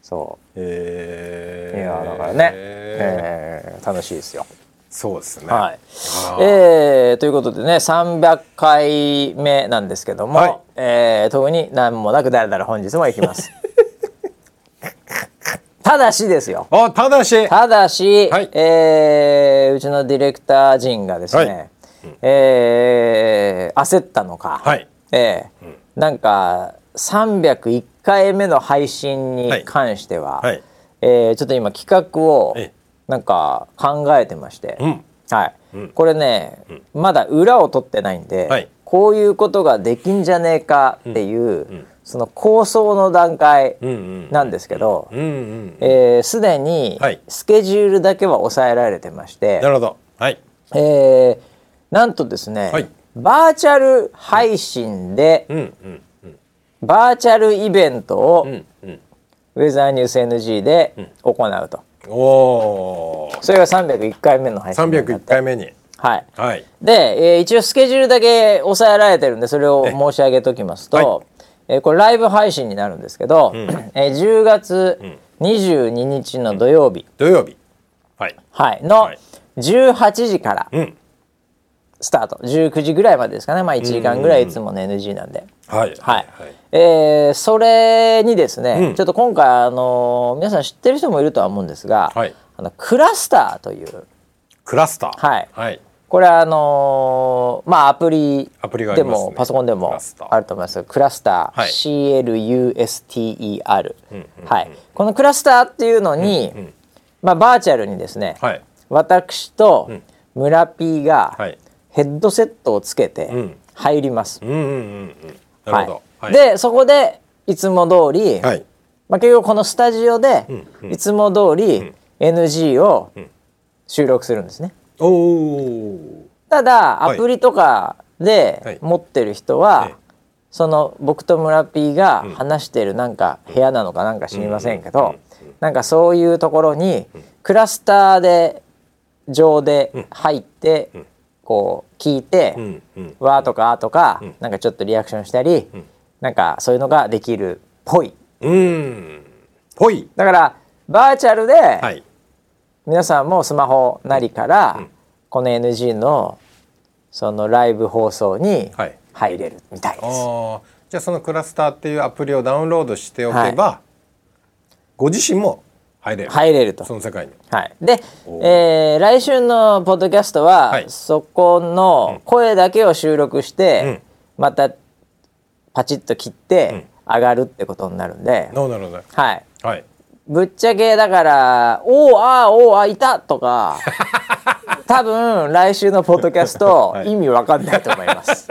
A: そ
B: え
A: う
B: ー
A: いやだからね、
B: え
A: ええ楽しいですよ
B: ーそうですね。
A: はい
B: あ。ー
A: えーということでね300回目なんですけども、
B: はい
A: えー特に何もなくだらだら本日も行き ます。ただしですよ。
B: あ、ただし。
A: ただし、
B: はい
A: えーうちのディレクター陣がですね、
B: はい
A: えー焦ったのか、
B: はい
A: えーなんか301回目の配信に関しては、
B: はいはい
A: えーちょっと今企画を
B: ええ
A: なんか考えてまして、
B: うん
A: はいこれね、まだ裏を取ってないんで、
B: はい
A: こういうことができんじゃねえかっていう、その構想の段階
B: うんうん
A: なんですけど、
B: うんうん。
A: えーすでに
B: はい
A: スケジュールだけは抑えられてまして、
B: なるほど。はい。
A: えーなんとですね、
B: はい
A: バーチャル配信で
B: うんうん
A: バーチャルイベントを
B: うんうん。
A: ウェザーニュース NG で行うと、
B: おおー。
A: それが301回目の配信
B: 三
A: になって
B: 百一回目に。
A: はい
B: はい。
A: で、えー一応スケジュールだけ抑えられてるんでそれを申し上げときますと、えーこれライブ配信になるんですけど、えー10月22日の土曜日、
B: 土曜日。はい。
A: はい、の
B: はい
A: 18時から
B: うん
A: スタート、19時ぐらいまでですかね、まあ、1時間ぐらいいつもの NG なんで。
B: はい。
A: はいえーそれにですね、
B: ん
A: ちょっと今回、あのー皆さん知ってる人もいるとは思うんですが、
B: はい
A: あのクラスターという
B: クラスター。
A: はい
B: はい。
A: これはあのーまあアプリ
B: アプリがあ
A: で
B: りますね
A: も、パソコンで
B: ク
A: も
B: ラスター
A: あると思いますがクラスター、
B: はい
A: CLUSTER、はい、このクラスターっていうのに、まあ、バーチャルにですね、
B: はい
A: 私と村 P が
B: はい
A: ヘッドセットをつけて入ります。
B: うんうんうんうん。な
A: は
B: る
A: い
B: ほど。はい。
A: でそこでいつも通り、
B: はい。
A: まあ、結局このスタジオでいつも通り NG を収録するんですね。
B: おお。
A: ただ
B: はい
A: アプリとか
B: は
A: で
B: い
A: 持ってる人は、
B: ええ
A: その僕と村 P が話してるなんか部屋なのかなんか知りませんけど、なんかそういうところにクラスターで上で
B: うん
A: 入って、
B: うん
A: こう聞いて、
B: うんうん
A: わーとかあーとか、
B: うん
A: なんかちょっとリアクションしたり、
B: うん
A: なんかそういうのができるっぽい。
B: うんぽい
A: だからバーチャルで
B: はい
A: 皆さんもスマホなりから、
B: うん
A: この NG のそのライブ放送に
B: はい
A: 入れるみたいです。
B: ああじゃあそのクラスターっていうアプリをダウンロードしておけば、ご自身も入れる、
A: 入れると
B: その世界に
A: はい、で
B: お、ー
A: えー来週のポッドキャストは、
B: はい
A: そこの声だけを収録して、またパチッと切って上がるってことになるんで、
B: なるほどなるほ
A: はい、
B: どはい
A: ぶっちゃけだから「おーあーおーあいた!」と か多分来週のポッドキャスト、
B: はい
A: 意味わかんないと思います。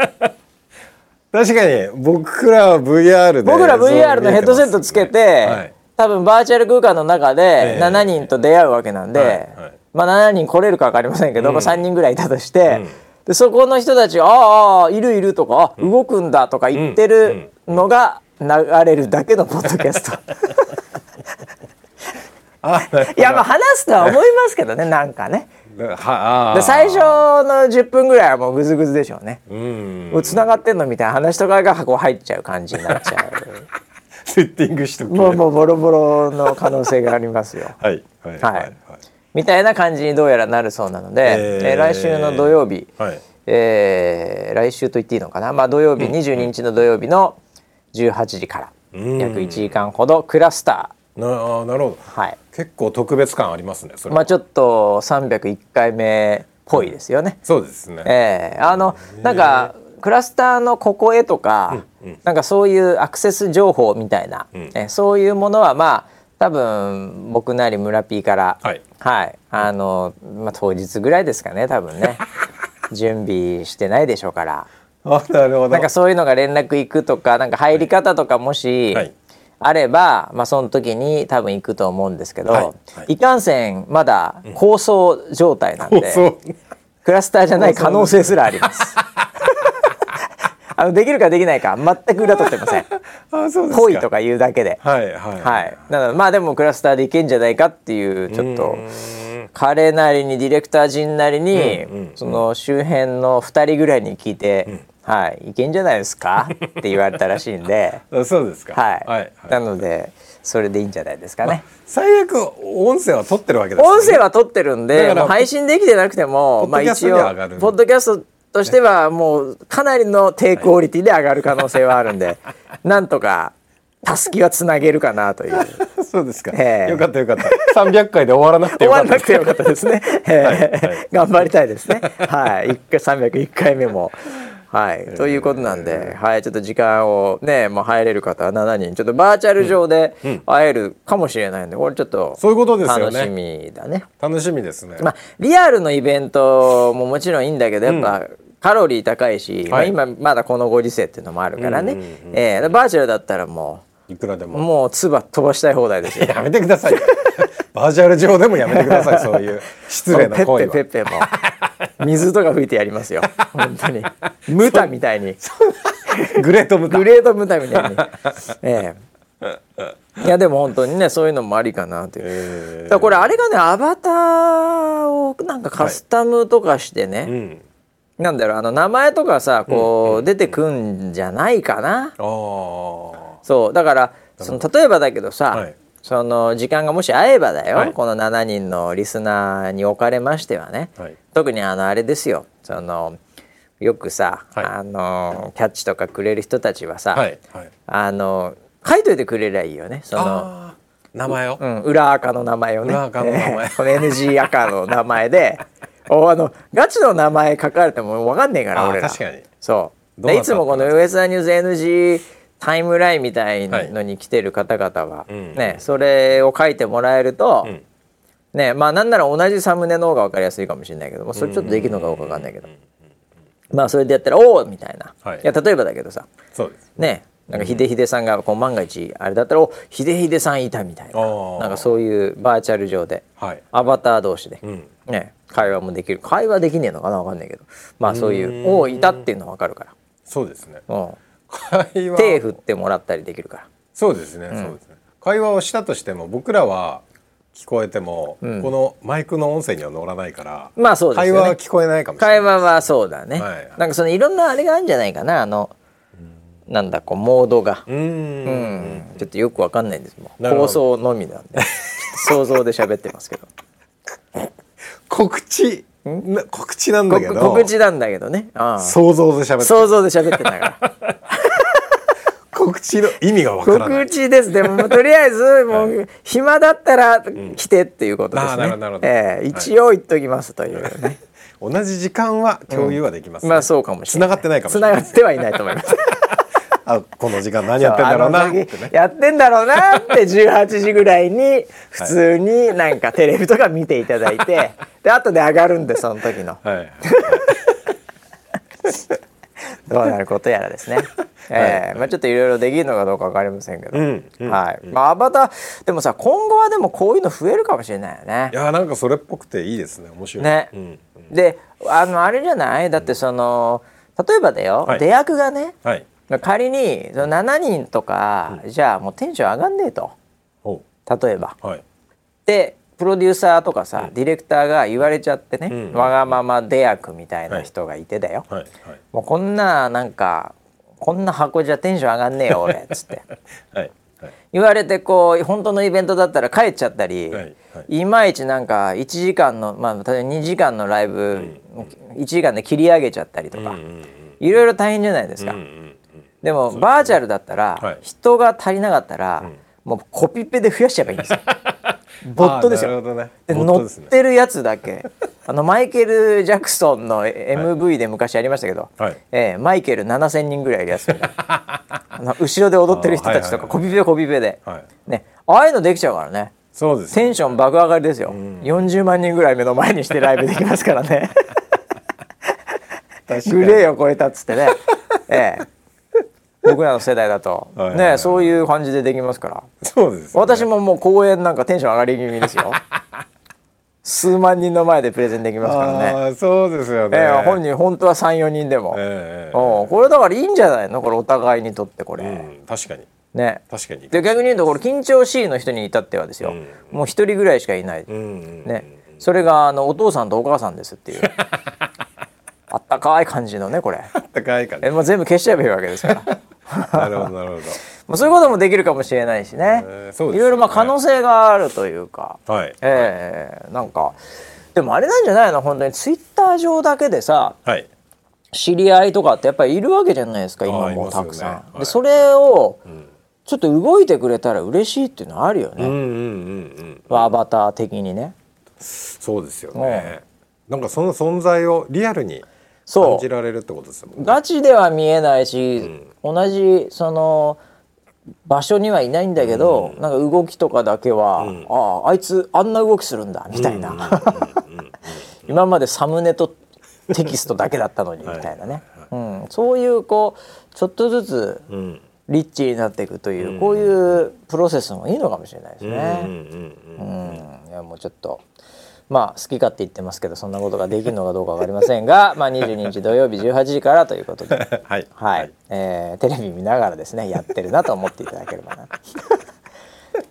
B: 確かに僕らは VR で
A: 僕ら VR のヘッドセットつけて、
B: はい
A: 多分バーチャル空間の中で
B: ええ
A: 7人と出会うわけなんで、
B: はいはい
A: まあ、7人来れるか分かりませんけど、まあ3人ぐらいいたとして、
B: うん
A: でそこの人たちが「ああいるいる」とかあ「動くんだ」とか言ってるのが流れるだけのポッドキャ スト。
B: あなるほ
A: い
B: ど
A: やまあ話すとは思いますけどねなんかね。
B: はあー
A: で最初の10分ぐらいはもうグズグズでしょうね。
B: うん
A: つながってんのみたいな話とかがこう入っちゃう感じになっちゃ
B: セッティングし とく
A: うもうもうボロボロの可能性がありますよ。
B: はいはい
A: はいみたいな感じにどうやらなるそうなので、
B: えー
A: えー来週の土曜日、
B: はい
A: えー来週と言っていいのかな、まあ、土曜日22日の土曜日の18時から
B: うん
A: 約1時間ほどクラスタ
B: なあーなるほど
A: ー、はい
B: 結構特別感ありますねそれ、
A: まあ、ちょっと301回目っぽいですよね。
B: そうですね、
A: えーあのなんかクラスターのここへとか、なんかそういうアクセス情報みたいな、えーそういうものはまあ多分僕なり村 P から、
B: はい
A: あのまあ、当日ぐらいですかね多分 ね準備してないでしょうから
B: あなるほど
A: なんかそういうのが連絡行くとかなんか入り方とかもし、
B: はい
A: あれば、まあ、その時に多分行くと思うんですけど、
B: は
A: い
B: いはい
A: かんせんまだ構想状態なんで。
B: そう
A: クラスターじゃない可能性すらあり ます。あのできるかできないか全く裏取ってません。
B: あそうですか
A: ぽいとか言うだけで。
B: はいはい
A: はい。なのでまあでもクラスターでいけんじゃないかっていうちょっと
B: うーん
A: 彼なりにディレクター陣なりに、
B: うんうん
A: その周辺の2人ぐらいに聞いて、はいいけんじゃないですかって言われたらしいんで、
B: あそうですか
A: はい。
B: はい、
A: な
B: はい、
A: のでそれでいいんじゃないですかね。
B: 最悪音声は撮ってるわけですよね
A: 音声は撮ってるん
B: だか
A: で
B: ら
A: もう配信できてなくても
B: ポッドキャストには上がる
A: ポッドキャストとしてはもうかなりの低クオリティで上がる可能性はあるん で、なんとかたすきはつなげるかな という
B: そうですか、
A: ええ
B: よかったよかった300回で終わらなく
A: 終
B: てよか
A: わ
B: っ
A: ら
B: た
A: なくてよかったですね、えー
B: はいは
A: 頑張りたいですねはい1回301回目も。はい、ということなんで、はい、ちょっと時間をねもう入れる方は7人ちょっとバーチャル上で会えるかもしれないんでこれちょっと
B: そういうことですよ
A: 楽
B: ね
A: しみだね。
B: 楽しみですね、
A: まあ、リアルのイベントももちろんいいんだけどやっぱ、カロリー高いし、まあ
B: はい
A: 今まだこのご時世っていうのもあるからね、
B: うんうん
A: えーバーチャルだったらも
B: いくらで
A: う
B: も
A: もう唾飛ばしたい放題ですよ。
B: やめてくださいよバーチャル上でもやめてくだ さいそういう失礼な
A: ペ
B: 行為
A: ッ
B: は
A: ペペッペも水とか吹いてやりますよ本当にムタみたいに
B: グレートムタ
A: グレードムタみたいに、ええいやでも本当にねそういうのもありかなという、
B: え
A: だからこれあれがねアバターをなんかカスタムとかしてね、
B: ーうん
A: なんだろうあの名前とかさこう出てくんじゃないかな。
B: ああ
A: そうだからその例えばだけどさ、
B: はい
A: その時間がもし合えばだよ、
B: はい
A: この7人のリスナーにおかれましてはね、
B: はい
A: 特にあのあれですよそのよくさ、
B: はい
A: あのキャッチとかくれる人たちはさ、
B: はいはい
A: あの書いといてくれりゃいいよねその、
B: あー名前を、
A: うん、裏赤の名前をね
B: 裏垢の名前
A: この NG 赤の名前で おあのガチの名前書かれても分かんねえから
B: あー
A: 俺ら
B: 確かに
A: そう
B: どう
A: で
B: ないった
A: つ
B: の
A: もこの「ウエスタンニュース NG タイムライン」みたいのに来てる方々は、
B: うん
A: ね、それを書いてもらえると、
B: ん
A: ねまあなんなら同じサムネの方が分かりやすいかもしれないけど、まあ、それちょっとできるのかどうか分かんないけど、まあそれでやったら「おお!」みたいな、
B: はい
A: や例えばだけどさ
B: そうです
A: ねなんかヒデヒデさんがこう万が一あれだったら「おヒデヒデさんいた」みたいな
B: あー
A: なんかそういうバーチャル上で、
B: はい
A: アバター同士で、
B: ん
A: ね、会話もできる会話できねえのかな分かんないけどまあそういう「おおいた」っていうのは分かるから。
B: そうですね
A: うん
B: 会話
A: 手振ってもらったりできるから
B: そうですね、そうですね会話をしたとしても僕らは聞こえても、
A: うん
B: このマイクの音声には乗らないから、
A: まあそうです
B: 会
A: よね
B: 話は聞こえないかもしれない
A: 会話はそうだね、
B: はい
A: なんかそのいろんなあれがあるんじゃないかなあの、なんだこうモードが、
B: うーん
A: うんちょっとよくわかんないんですもん
B: なるほ
A: 放
B: ど
A: 送のみ なんで想像で喋ってますけど
B: 告知な告知なんだけど
A: こ告知なんだけどねああ
B: 想像で喋って
A: 想像で喋ってたから
B: 告知の意味がわからな
A: 告
B: い
A: 知ですでももうとりあえ ずもう暇だったら来てっていうことです
B: ああな
A: ね
B: るほどなるほど
A: ええ一応言っときますというね
B: 同じ時間は共有はでき ますね、
A: まあそうかもしれない
B: 繋がってないかもしれ
A: 繋
B: な
A: が
B: い
A: ってはいないと思います
B: あこの時間何やってんだろうなって
A: あの
B: ね
A: やってんだろうな って18時ぐらいに普通になんかテレビとか見ていただいて、で後で上がるんでその時の
B: はい
A: どうなることやら ですね。えーまあちょっといろいろできるのかどうかわかりませんけど、
B: ん
A: はい。まあアバターでもさ今後はでもこういうの増えるかもしれないよね
B: い。やなんかそれっぽくていいですね面白い
A: ね、
B: うん
A: であのあれじゃないだってその例えばだよ、
B: はい
A: 出役がね
B: はい
A: 仮にその7人とか、じゃあもうテンション上がんねえと
B: おう
A: 例えば。
B: はい
A: でプロデューサーとかさ、ディレクターが言われちゃってね、
B: ん
A: わがまま出役みたいな人がいてだよ、
B: はいはい
A: もうこんななんかこんな箱じゃテンション上がんねえよ俺っつって
B: はいはい
A: 言われてこう本当のイベントだったら帰っちゃったり、
B: はい
A: い
B: はい
A: まいちなんか1時間のまあ例えば2時間のライブ、1時間で切り上げちゃったりとか、いろいろ大変じゃないですか、
B: うんうん
A: でもバーチャルだったら、
B: はい
A: 人が足りなかったら、もうコピペで増やしちゃえばいいんです よボットですよ
B: あーなるほどね
A: で
B: ボット
A: 乗
B: で
A: っ
B: すね
A: てるやつだ けあのマイケル・ジャクソンの MV で昔ありましたけど、
B: はい
A: ええマイケル7,000人ぐらいいるや つみたいなあの後ろで踊ってる人たちとか
B: あー
A: コピペコピペで、
B: はい
A: ね、ああいうのできちゃうからね
B: そうです
A: テンション爆上がりですよ、40万人ぐらい目の前にしてライブできますから ねグレーを超えたっつってね、 ええ、僕らの世代だと、
B: はいはいはい
A: ね、そういう感じでできますから。
B: そうですよね
A: 私ももう公演なんかテンション上がり気味 ですよ数万人の前でプレゼンできますからね
B: あーそうですよね
A: ええ本人本当は34人でも、
B: ええ
A: おうこれだからいいんじゃないのこれお互いにとってこれ、
B: うん確かに
A: ね
B: 確かに
A: で逆に言うとこれ緊張しいの人に至ってはですよ、もう一人ぐらいしかいない、
B: うんうん
A: ねそれがあのお父さんとお母さんですって いうあったかい感じのねこれ
B: 高いから
A: えもう全部消しちゃえばいいわけ ですから
B: なるほどなるほ
A: もうそういうこともできるかもしれないしね,、
B: ええそうですよね
A: いろいろまあ可能性があるというか、
B: どはい
A: ええなんかでもあれなんじゃないの本当にツイッター上だけでさ
B: はい
A: 知り合いとかってやっぱりいるわけじゃないですか今
B: あい
A: も
B: ますよ
A: た
B: ね
A: くさん、
B: はい
A: でそれをちょっと動いてくれたら嬉しいっていうのはあるよ
B: うん
A: ね、
B: うんうんうん
A: アバター的にね
B: そうですよね。なんかその存在をリアルに
A: そう
B: 感じられるってことですもんね。
A: ガチでは見えないし、同じその場所にはいないんだけど、なんか動きとかだけは、あああいつあんな動きするんだみたいな 今までサムネとテキストだけだったのにみたいなね、うん、そういうこうちょっとずつ
B: うん。
A: リッチになっていくという、こういうプロセスもいいのかもしれないです
B: うんう
A: ね。
B: ん
A: う
B: うん。
A: ん、いやもうちょっとまあ好き勝手言ってますけどそんなことができるのかどうかわかりませんが まあ22日土曜日18時からということで
B: はい。
A: はい、。えーテレビ見ながらですねやってるなと思っていただければな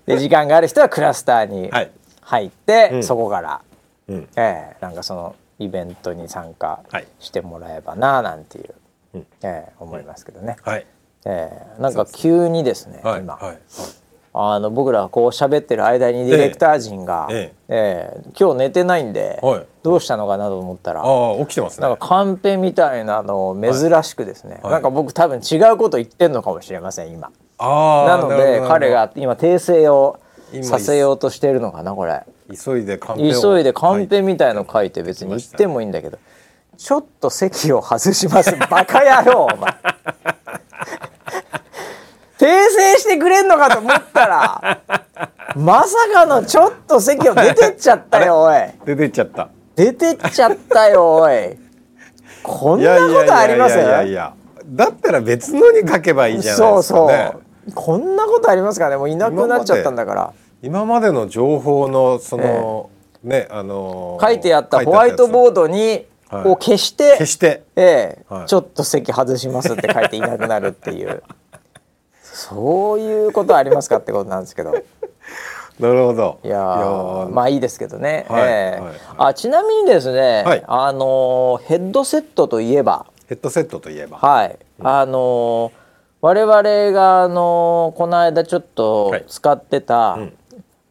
A: で時間がある人はクラスターに
B: はい
A: 入って、そこから、
B: うん。
A: えーなんかそのイベントに参加
B: はい
A: してもらえばななんていう、
B: うん
A: えー思いますけどね、
B: はい。
A: えーなんか急にですね
B: はい。
A: 今、
B: はい。
A: あの僕らこう喋ってる間にディレクター陣が、え
B: え
A: ー今日寝てないんで、
B: はい
A: どうしたのかなと思ったら。
B: ああ、起きてますね。
A: なんかカンペみたいなのを珍しくですね、
B: はい
A: なんか僕多分違うこと言ってんのかもしれません今
B: ああ。
A: なの
B: るほど
A: で彼。が今訂正を
B: 今
A: させようとしてるのかなこれ
B: 急いでカンペを。
A: 急いでカン
B: は
A: ペみたいの書いて別に言ってもいいんだけど、ちょっと席を外しますバカ野郎お前訂正してくれんのかと思ったらまさかのちょっと席を出てっちゃったよおい
B: い。出てっちゃった。
A: 出てっちゃったよおいこん
B: い
A: な
B: やいやい
A: ことありま
B: やいやい
A: す
B: や。だったら別のに書けばいいじゃない
A: そ
B: で
A: う
B: すか
A: そ
B: ね。
A: うこんなことありますからねもういなくなっちゃったんだから
B: 今までの情報のそのねあのー
A: 書いてあったホワイトボ
B: ー
A: ードに
B: はい
A: を消して
B: 消して
A: ええ
B: はい
A: ちょっと席外しますって書いていなくなるっていうそういうことありますかってことなんですけど
B: なるほど
A: いやーまあいいですけどね、
B: はい
A: ええ
B: はい
A: あちなみにですね、
B: はい
A: あのーヘッドセットといえば
B: ヘッドセットといえば
A: はい、あのー我々が、あのーこの間ちょっと
B: はい
A: 使ってた、
B: ん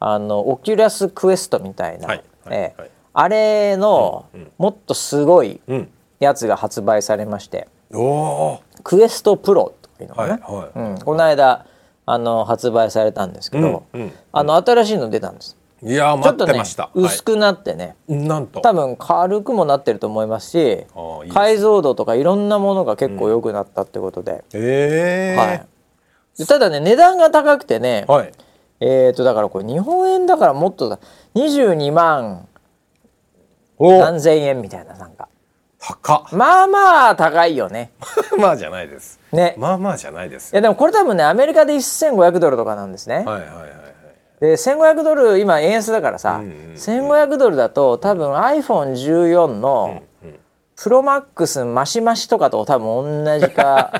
A: あのオキュラスクエストみたいな、
B: はいはい
A: ええ
B: はい
A: あれの、もっとすごい
B: うん
A: やつが発売されまして、
B: おお
A: クエストプロとかいうの
B: は
A: か
B: い
A: な、
B: は
A: うん、この間あの発売されたんですけど、
B: うんうん
A: あの新しいの出たんです。
B: いいやー
A: ちょっ
B: 待
A: と
B: って
A: ね
B: ました
A: 薄くなってね、
B: はいなんと
A: 多分軽くもなってると思いますし
B: ーいいですね
A: 解像度とかいろんなものが結構良くなったってことで、
B: ええ
A: はいでただね値段が高くてね、
B: はいはい
A: えっ、とだからこれ日本円だからもっとだ22万
B: おお
A: 何千円みたいななんか
B: 高っ
A: まあまあ高いよね
B: まあじゃないです
A: ね、い
B: まあまあじゃないですよ
A: やでもこれ多分ねアメリカで1500ドルとかなんですね、
B: はいはいはいはい
A: で1500ドル今円安だからさ、
B: んうんうん
A: 1500ドルだと多分 iPhone14 のプロマックスマシマシとかと多分同じ か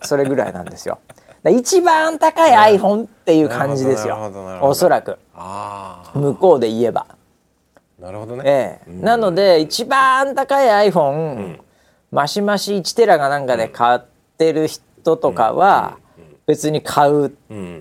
A: それぐらいなんですよだから一番高い iPhone っていう感じですよ
B: なるほどなるほどなるほど
A: おそらく
B: あ
A: 向こうで言えば、
B: あなるほどね
A: ええなので一番高い iPhone、マシマシ1テラがなんかで買ってる人とかは別に買う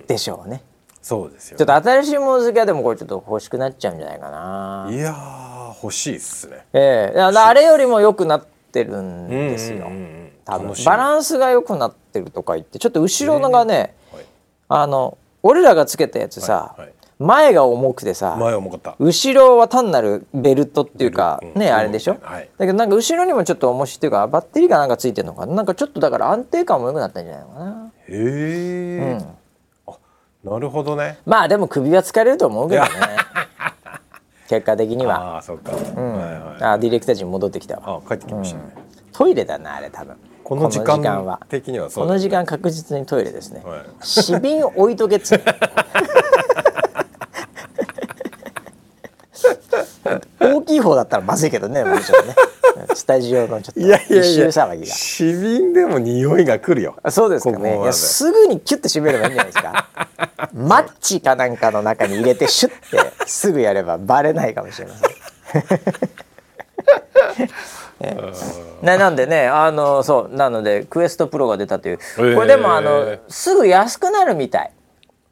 A: でしょうね、
B: そうですよ
A: ちょっと新しいもの好きはでもこれちょっと欲しくなっちゃうんじゃないかな。
B: いやー欲しいっすね
A: ええだからあれよりも良くなってるんですよ。
B: うんうんうん
A: 多分
B: 楽しみ
A: バランスが良くなってるとか言ってちょっと後ろのがね、
B: はい
A: あの俺らがつけたやつさ、
B: はいはい
A: 前が重くてさ、
B: 前重かった
A: 後ろは単なるベルトっていうか、
B: ベル
A: ね
B: うん
A: あれでしょ、
B: はい
A: だけどなんか後ろにもちょっと重しっていうかバッテリーがなんかついてるのかななんかちょっとだから安定感も良くなったんじゃないのかな
B: へえあなるほどね
A: まあでも首は疲れると思うけど ね結果的には
B: ああそっかはいはい
A: あディレクター陣戻ってきたわ
B: あ帰ってきましたね
A: トイレだなあれ多分
B: この時
A: この
B: 間
A: は
B: 的にはそ
A: こ
B: うだ
A: の
B: ね
A: 時間確実にトイレですね、
B: はい
A: 死瓶置いとけっつう の大きい方だったらまずいけどねもうちょっとねスタジオのちょっと
B: いやい
A: 一
B: やい
A: 周
B: や
A: 騒ぎが
B: 市民でも匂いが来るよ
A: あそうですかね
B: ここまで
A: いやすぐにキュッて閉めればいいんじゃないです かマッチかなんかの中に入れてシュッてすぐやればバレないかもしれ ませんええね、なんでねあのそうなのでクエストプロが出たというこれでもあのすぐ安くなるみたい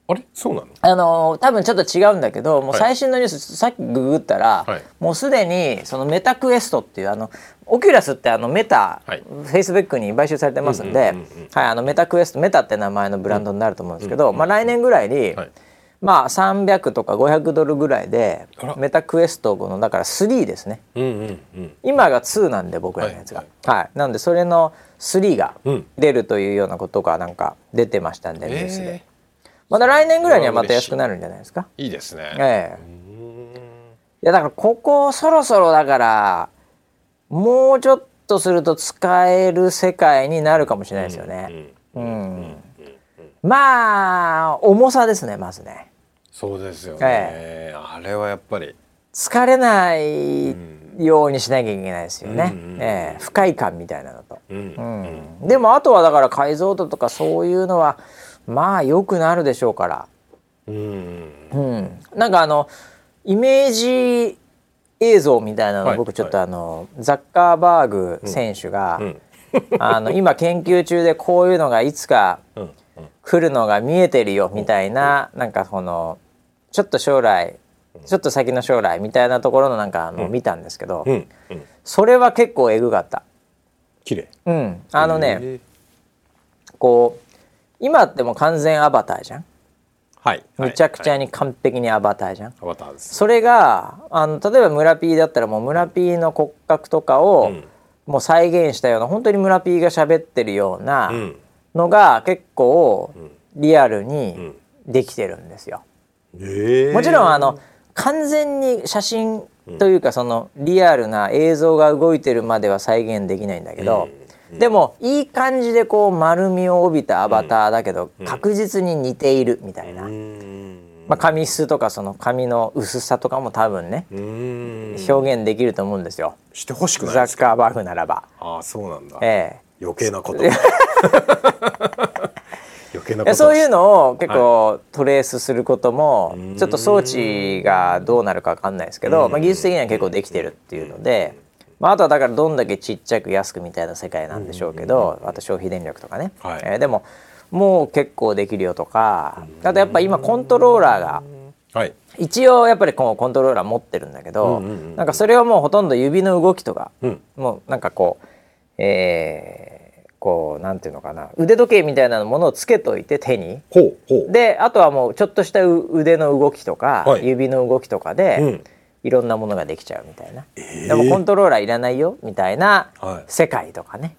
B: あれそうなの
A: あの多分ちょっと違うんだけどもう最新のニュース、さっきググったら、
B: はい
A: もうすでにそのメタクエストっていうあのオキュラスってあのメタ、
B: はい
A: フェイスブックに買収されてますんで、はい、あのメタクエストメタって名前のブランドになると思うんですけど、まあ、来年ぐらいに、
B: はい
A: まあ、300とか500ドルぐらいで
B: あら
A: メタクエストのだから3ですね
B: うんうんうん
A: 今が2なんで僕らのやつが、
B: は
A: はいいなんでそれの3が
B: うん
A: 出るというようなことがなんか出てましたんで、ニュースで
B: え
A: また来年ぐらいにはまた安くなるんじゃないですか。
B: ーいいですね
A: ええいやだからここそろそろだからもうちょっとすると使える世界になるかもしれないですよね。うんまあ重さですねまずね。
B: そうですよ
A: え
B: ねあれはやっぱり
A: 疲れないようにしなきゃいけないですよね。ええ不快感みたいなのと。
B: うん
A: うんでもあとはだから解像度とかそういうのはまあ良くなるでしょうから。
B: うんうん
A: うん、なんかあのイメージ映像みたいな
B: は
A: の
B: い
A: 僕ちょっとあの、ザッカーバーグ選手が、
B: ん
A: あの今研究中でこういうのがいつか
B: うん
A: 来るのが見えてるよみたいな、なんかこのちょっと将来ちょっと先の将来みたいなところのなんかあの、見たんですけど、
B: うんうん
A: それは結構えぐかった。
B: 綺麗
A: うん、あのね、
B: えー
A: こう今ってもう完全アバターじゃん
B: はい
A: むちゃくち
B: はい
A: ゃに完璧にアバターじゃん、
B: アバターです
A: それがあの例えば村 P だったらもう村 P の骨格とかを、
B: ん
A: もう再現したような本当に村 P が喋ってるような
B: うん
A: のが結構リアルにできてるんですよ。
B: ええ
A: もちろんあの完全に写真というかそのリアルな映像が動いてるまでは再現できないんだけど、でもいい感じでこう丸みを帯びたアバターだけど確実に似ているみたいな、
B: うん
A: まあ、髪質とかその髪の薄さとかも多分ね
B: うん
A: 表現できると思うんですよ、
B: してほしくない
A: ザ
B: で
A: ッ
B: す
A: カーバーグならば。
B: ああそうなんだ
A: ええ
B: 余計なこと余計なこと
A: え
B: を
A: そういうのを結構トレースすることも、ちょっと装置がどうなるかわかんないですけど、まあ、技術的には結構できてるっていうので、まあ、あとはだからどんだけちっちゃく安くみたいな世界なんでしょうけど、あと消費電力とかね、
B: はい
A: えーでももう結構できるよとかあとやっぱ今コントローラーが
B: はい
A: 一応やっぱりこうコントローラー持ってるんだけど、
B: うんうんうん
A: なんかそれはもうほとんど指の動きとか、
B: うん
A: もうなんかこうえーこうなんていうのかな腕時計みたいなものをつけといて手に
B: ほうほう
A: であとはもうちょっとしたう腕の動きとか、
B: はい
A: 指の動きとかで、
B: うん
A: いろんなものができちゃうみたいな、
B: えー
A: でもコントローラーいらないよみたいな
B: はい
A: 世界とかね、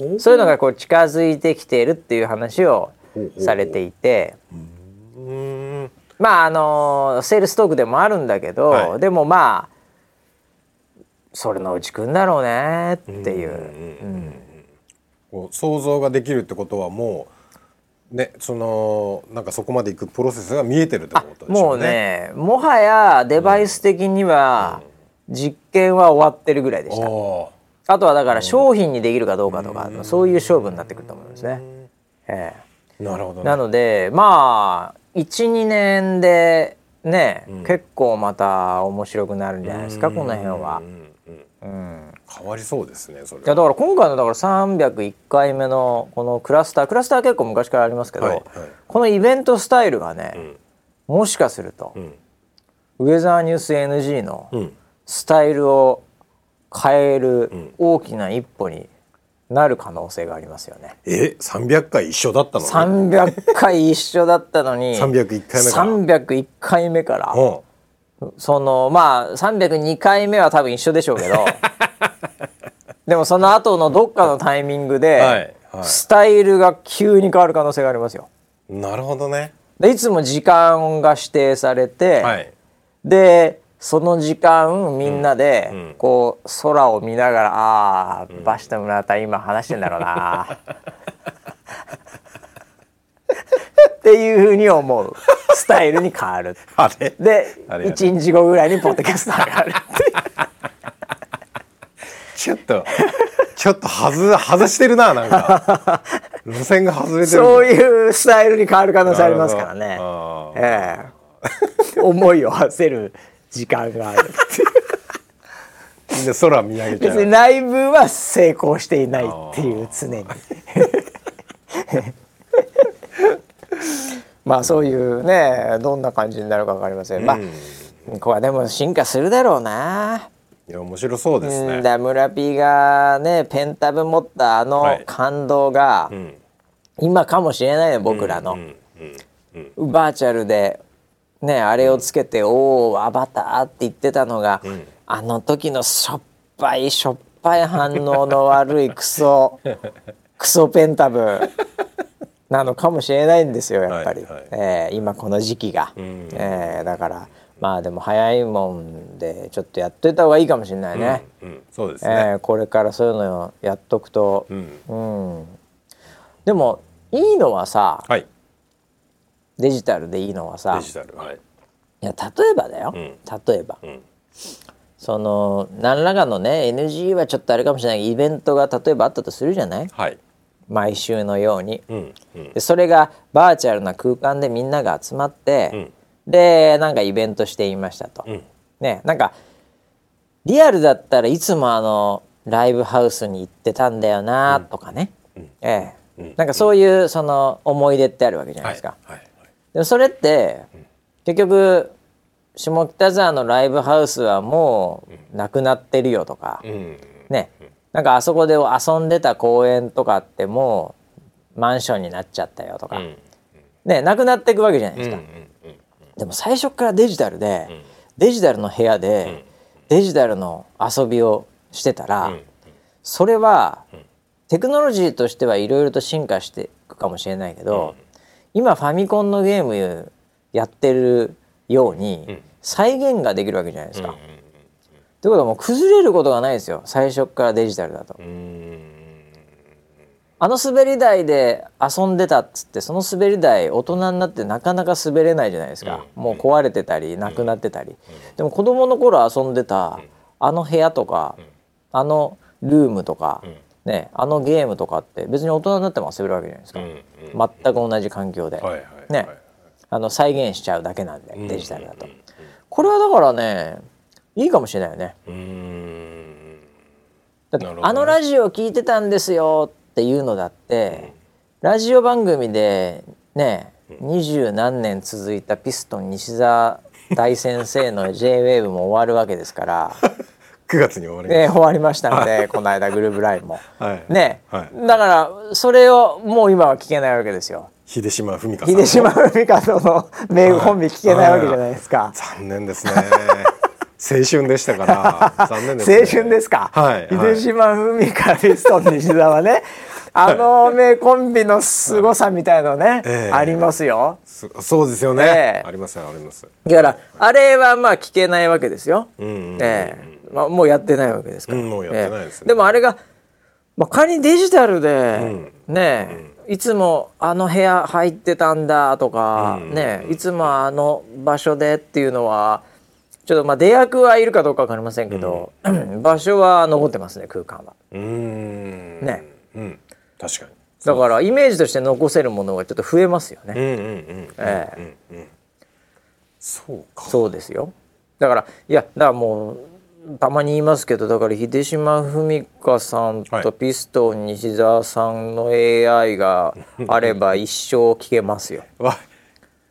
B: ほう
A: そういうのがこう近づいてきているっていう話を
B: ほうほうほう
A: されていて。
B: うーん
A: まああのセールストークでもあるんだけど、
B: はい
A: でもまあそれのうちくんだろうねっていう、
B: こう想像ができるってことはもうねそのなんかそこまでいくプロセスが見えてるってことでし
A: も
B: ょう
A: う
B: ね。
A: ねもはやデバイス的には実験は終わってるぐらいでした、
B: も
A: あとはだから商品にできるかどうかとか、そういう勝負になってくると思いますね、え
B: ああなるほど
A: え
B: ね
A: な。のでまあ12年でね、結構また面白くなるんじゃないですか、この辺は。
B: 変わりそうですねそれ
A: いやだから今回のだから301回目のこのクラスタークラスターは結構昔からありますけど、
B: はいはい
A: このイベントスタイルがね、もしかすると、
B: ん
A: ウェザーニュース NG の
B: うん
A: スタイルを変える大きな一歩になる可能性がありますよね。
B: え300回一緒だったのね
A: 300回一緒だったの に
B: 301回目から
A: 301回目から
B: うん
A: そのまあ302回目は多分一緒でしょうけ どでもその後のどっかのタイミングで、
B: はいはい
A: スタイルが急に変わる可能性がありますよ。
B: なるほどね
A: でいつも時間が指定されて、
B: はい
A: でその時間みんなで、
B: ん
A: こう空を見ながら「あーバシタ村田今話してんだろうな」っていうふうに思うスタイルに変わる。
B: あれ
A: で
B: ありがと
A: 1日後ぐらいにポッドキャスト上がるっていう
B: ちょっとちょっとはず外してるななんか路線が外れてる
A: そういうスタイルに変わる可能性ありますから
B: な
A: ね
B: るほどあ。
A: ええ、 思いを馳せる時間がある っていう
B: みんな空見上げちゃ
A: 別に
B: う
A: 内部は成功していないっていう常に まあそういうねどんな感じになるか分かりません、まあこれはでも進化するだろうない
B: や面白そうです
A: うん、だ
B: ね
A: から村ピーがねペンタブ持ったあ
B: は
A: の
B: い
A: 感動が、
B: ん
A: 今かもしれないね僕らの、バーチャルで、ね、あれをつけて「おおアバター」って言ってたのが、あの時のしょっぱいしょっぱい反応の悪いク ソクソペンタブなのかもしれないんですよやっぱり、
B: はいはい
A: えー今この時期が、えーだからまあでも早いもんでちょっとやっといた方がいいかもしれないね。
B: うんそうですね
A: えーこれからそういうのをやっとくと、うんでもいいのはさ
B: はい
A: デジタルでいいのはさ
B: デジタルはい
A: いや例えばだよ、例えば、その何らかのね NG はちょっとあれかもしれないけどイベントが例えばあったとするじゃない
B: はい
A: 毎週のように、
B: うんうん
A: でそれがバーチャルな空間でみんなが集まって、でなんかイベントしていましたと、ねなんかリアルだったらいつもあのライブハウスに行ってたんだよなとかね、ええなんかそういうその思い出ってあるわけじゃない
B: は
A: で
B: い
A: すか、
B: はい
A: でもそれって結局下北沢のライブハウスはもうなくなってるよとか、
B: うん
A: ねなんかあそこで遊んでた公園とかってもうマンションになっちゃったよとか、
B: ん
A: ねなくなっていくわけじゃないですか、
B: うんうん
A: でも最初からデジタルで、デジタルの部屋で、デジタルの遊びをしてたら、それは、テクノロジーとしてはいろいろと進化していくかもしれないけど、今ファミコンのゲームやってるように、再現ができるわけじゃないですか。ってことはもう崩れることがないですよ最初からデジタルだと。あの滑り台で遊んでたっつってその滑り台大人になってなかなか滑れないじゃないですか、もう壊れてたりなくなってたり、でも子供の頃遊んでたあの部屋とか、あのルームとか、ね、あのゲームとかって別に大人になっても遊べるわけじゃないです
B: う
A: か、
B: んうん
A: 全く同じ環境で、
B: はいはい
A: ね
B: はい
A: あの再現しちゃうだけなんで、
B: うん
A: デジタルだと、
B: うん
A: これはだからねいいかもしれないよね
B: うーん
A: だって
B: なるほどね
A: あのラジオ聞いてたんですよっていうのだって、ラジオ番組でね二十何年続いたピストン西澤大先生の JWAVE も終わるわけですから、
B: 9月に終わります
A: ね、終わりましたのでこの間グループライブも。
B: はい
A: ね、
B: はい
A: だからそれをもう今は聞けないわけですよ。
B: 秀島文香さん
A: 秀島文香との名本日聞けないわけじゃないですか。
B: 残念ですね青春でしたから残念です、ね、
A: 青春ですか。
B: はいは
A: 秀
B: い
A: 島文香ピストン西澤ね。あの名コンビの凄さみたいのね、
B: ええ
A: ありますよ。
B: そそうですよ
A: え
B: ね、
A: え
B: ありますあります
A: だからあれはまあ聞けないわけですよ。
B: んうんうんうん
A: ええまあもうやってないわけですから。
B: うんもうやってないですね
A: ええでもあれがまあ仮にデジタルで、ねえ、いつもあの部屋入ってたんだとか、
B: うんうんうん
A: ねえいつもあの場所でっていうのはちょっとまあ出役はいるかどうかわかりませんけど、場所は残ってますね空間は。
B: うーん
A: ね
B: うん確かに
A: だからイメージとして残せるものがちょっと増えますよね。
B: うんうんうん
A: え
B: うんうんうんそうか
A: そうですよだからいやだからもうたまに言いますけどだから秀島文香さん
B: は
A: と
B: い
A: ピストン西澤さんの AI があれば一生聞けますよ。
B: わ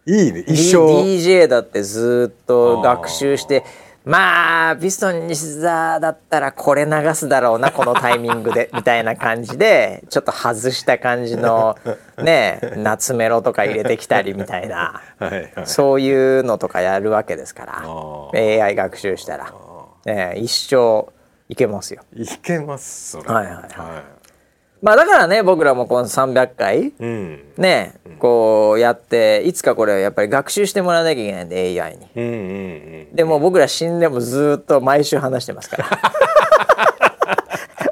B: いいね 一
A: D-
B: 生
A: DJ だってずっと学習してまあピストン西澤だったらこれ流すだろうなこのタイミング でみたいな感じでちょっと外した感じのね夏メロとか入れてきたりみたいな。
B: はいはい
A: そういうのとかやるわけですから
B: あ
A: AI 学習したら、ええ一生いけますよ。
B: いけますそれ
A: はいはいはい
B: は
A: まあだからね僕らもこの300回
B: いうん
A: ねこうやっていつかこれやっぱり学習してもらわなきゃいけないんで AI に。
B: うんうん
A: でもう僕ら死んでもずーっと毎週話してます か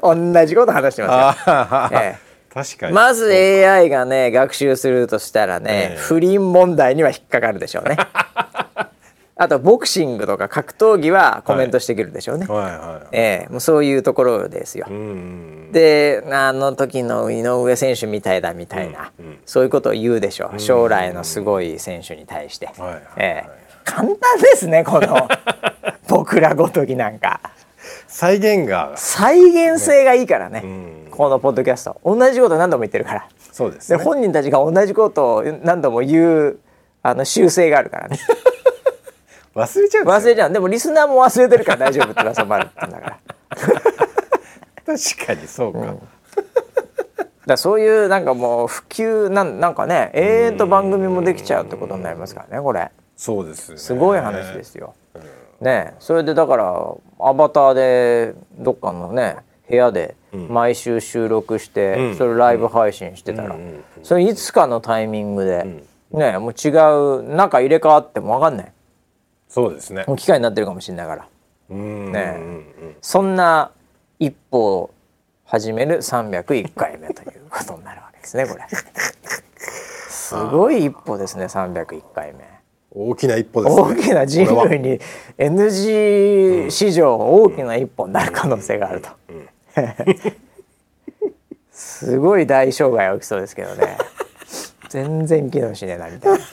A: ら。 同じこと話してます
B: あ
A: から。ええ
B: 確かに
A: まず AI がね学習するとしたらね、
B: ええ
A: 不倫問題には引っかかるでし ょうねあとボクシングとか格闘技はコメントしてくるでしょうね、
B: はいはい
A: ええもうそういうところですよ、
B: うんうん
A: であの時の井上選手みたいだみたいな、そういうことを言うでしょう将来のすごい選手に対して、
B: はいはいはい
A: ええ簡単ですねこ の僕らごときなんか
B: 再現が
A: 再現性がいいからね
B: ん
A: このポッドキャスト同じこと何度も言ってるから
B: そうです
A: で
B: ね
A: 本人たちが同じことを何度も言うあの修正があるから ね
B: 忘れちゃうんで
A: 忘
B: すよ
A: れちゃうでもリスナーも忘れてるから大丈夫って噂もあるって言うんだからだか
B: 確かにそうか、
A: らそういうなんかもう普及なんなんかね永遠と番組もできちゃうってことになりますからねこれ
B: そうですよね
A: すごい話ですよ。ねそれでだからアバターでどっかのね部屋で毎週収録して、
B: ん
A: それライブ配信してたら、
B: うんうん
A: それいつかのタイミングで、ねもう違うなんか入れ替わっても分かんない。
B: そうですね
A: もう機会になってるかもしれないから
B: うん
A: ね
B: うんうん
A: そんな一歩を始める301回目ということになるわけですねこれすごい一歩ですね301回目
B: 大きな一歩ですね
A: 大きな人類に NG 史上大きな一歩になる可能性があると すごい大障害起きそうですけどね全然機能しねえなみたいな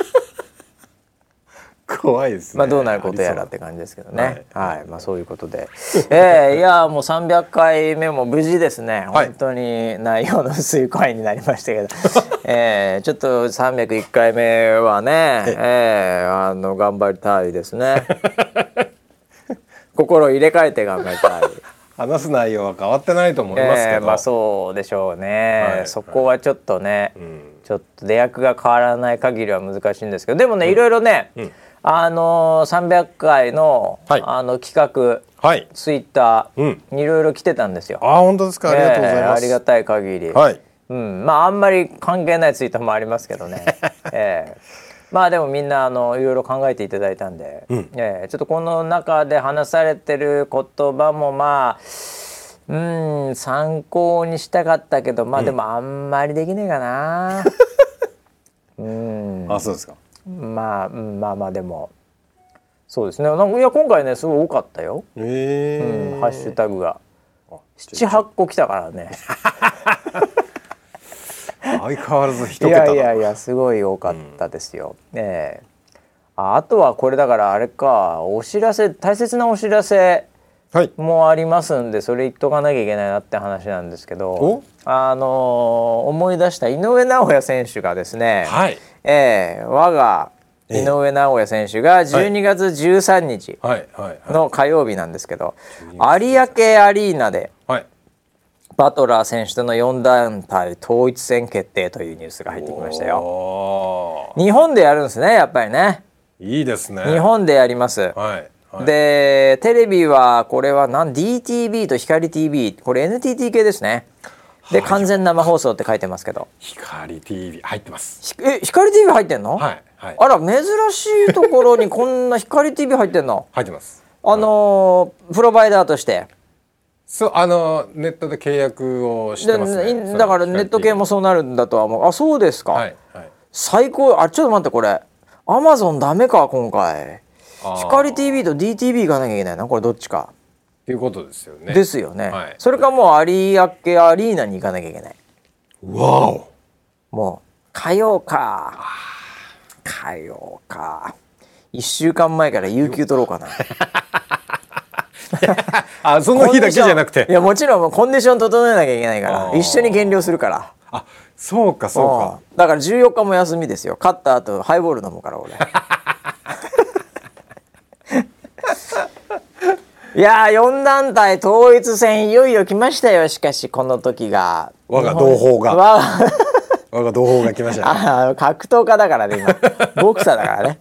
B: 怖いですね
A: まあどうなることやらって感じですけどね。
B: は
A: はい、まあそういうこと で、えー、いやーもう300回目も無事ですね。
B: はい
A: 本当に内容の薄い回になりましたけ ど、えー、ちょっと301回目はね、えー、あの頑張りたいです ね。心を入れ替えて頑張りたい。
B: 話す内容は変わってないと思いますけど、
A: えーまあそうでしょうね、
B: はい
A: そこはちょっとね、
B: ん
A: ちょっと出役が変わらない限りは難しいんですけどでもね、いろいろね、あのー300回の,、
B: はい
A: あの企画
B: はい
A: ツイッタ
B: うん
A: ーいろいろ来てたんですよ。
B: あ本当ですかありがとうござい
A: えー
B: ま
A: あ
B: す、
A: りがたい限り、
B: はい
A: うん、まああんまり関係ないツイートもありますけど ね、えーまあでもみんなあのいろいろ考えていただいたんで、えーちょっとこの中で話されてる言葉もまあうん参考にしたかったけどまあでもあんまりできねえかな、
B: あそうですか
A: まあ、うんまあまあでもそうですねなんかいや今回ねすごい多かったよ、
B: え
A: う
B: え
A: んハッシュタグが78個来たからね
B: 相変わらず一
A: い
B: 桁
A: や
B: だ
A: いやいやすごい多かったですよ、ええああとはこれだからあれかお知らせ大切なお知らせ
B: はい
A: もありますんでそれ言っとかなきゃいけないなって話なんですけど
B: お
A: あのー思い出した井上尚弥選手がですね、
B: はい
A: ええ我が井上尚弥選手が12月13日
B: はいはいはい
A: の火曜日なんですけど、有明アリーナで
B: はい
A: バトラー選手との4団体統一戦決定というニュースが入ってきましたよ。
B: よ
A: 日本でやるんですねやっぱりね
B: いいですね
A: 日本でやります、
B: はいはい
A: でテレビはこれはなん DTV と光 TV これ NTT 系ですねで完全生放送って書いてますけど
B: 光 TV 入ってま
A: ひ
B: す
A: え光 TV 入ってんの、
B: はいはい
A: あら珍しいところにこんな光 TV 入ってんの
B: 入ってます
A: あのープロバイダーとして
B: そうあのネットで契約をして
A: で
B: ますねそ
A: い
B: れ
A: だからネット系も
B: 光
A: そうなるんだとは思うあそうですか、
B: TV はいはい
A: 最高あちょっと待ってこれアマゾンダメか今回
B: あー
A: 光 TV と DTV 行かなきゃいけないなこれどっちか
B: っていうことですよね
A: ですよね、
B: はい
A: それかもう有明アリーナに行かなきゃいけない
B: わお
A: もう火曜か火曜か1週間前から有給取ろうかな
B: あ その日だけじゃなく
A: い
B: て
A: やもちろんもうコンディション整えなきゃいけないか
B: あ
A: ら
B: ー
A: 一緒に減量するから
B: あそうかそうか
A: うんだから14日も休みですよ勝った後ハイボール飲むから 俺いやー4団体統一戦いよいよ来ましたよしかしこの時が
B: 我が同胞が
A: わ
B: 我が同胞が来ましたね
A: あー格闘家だからね今ボクサーだからね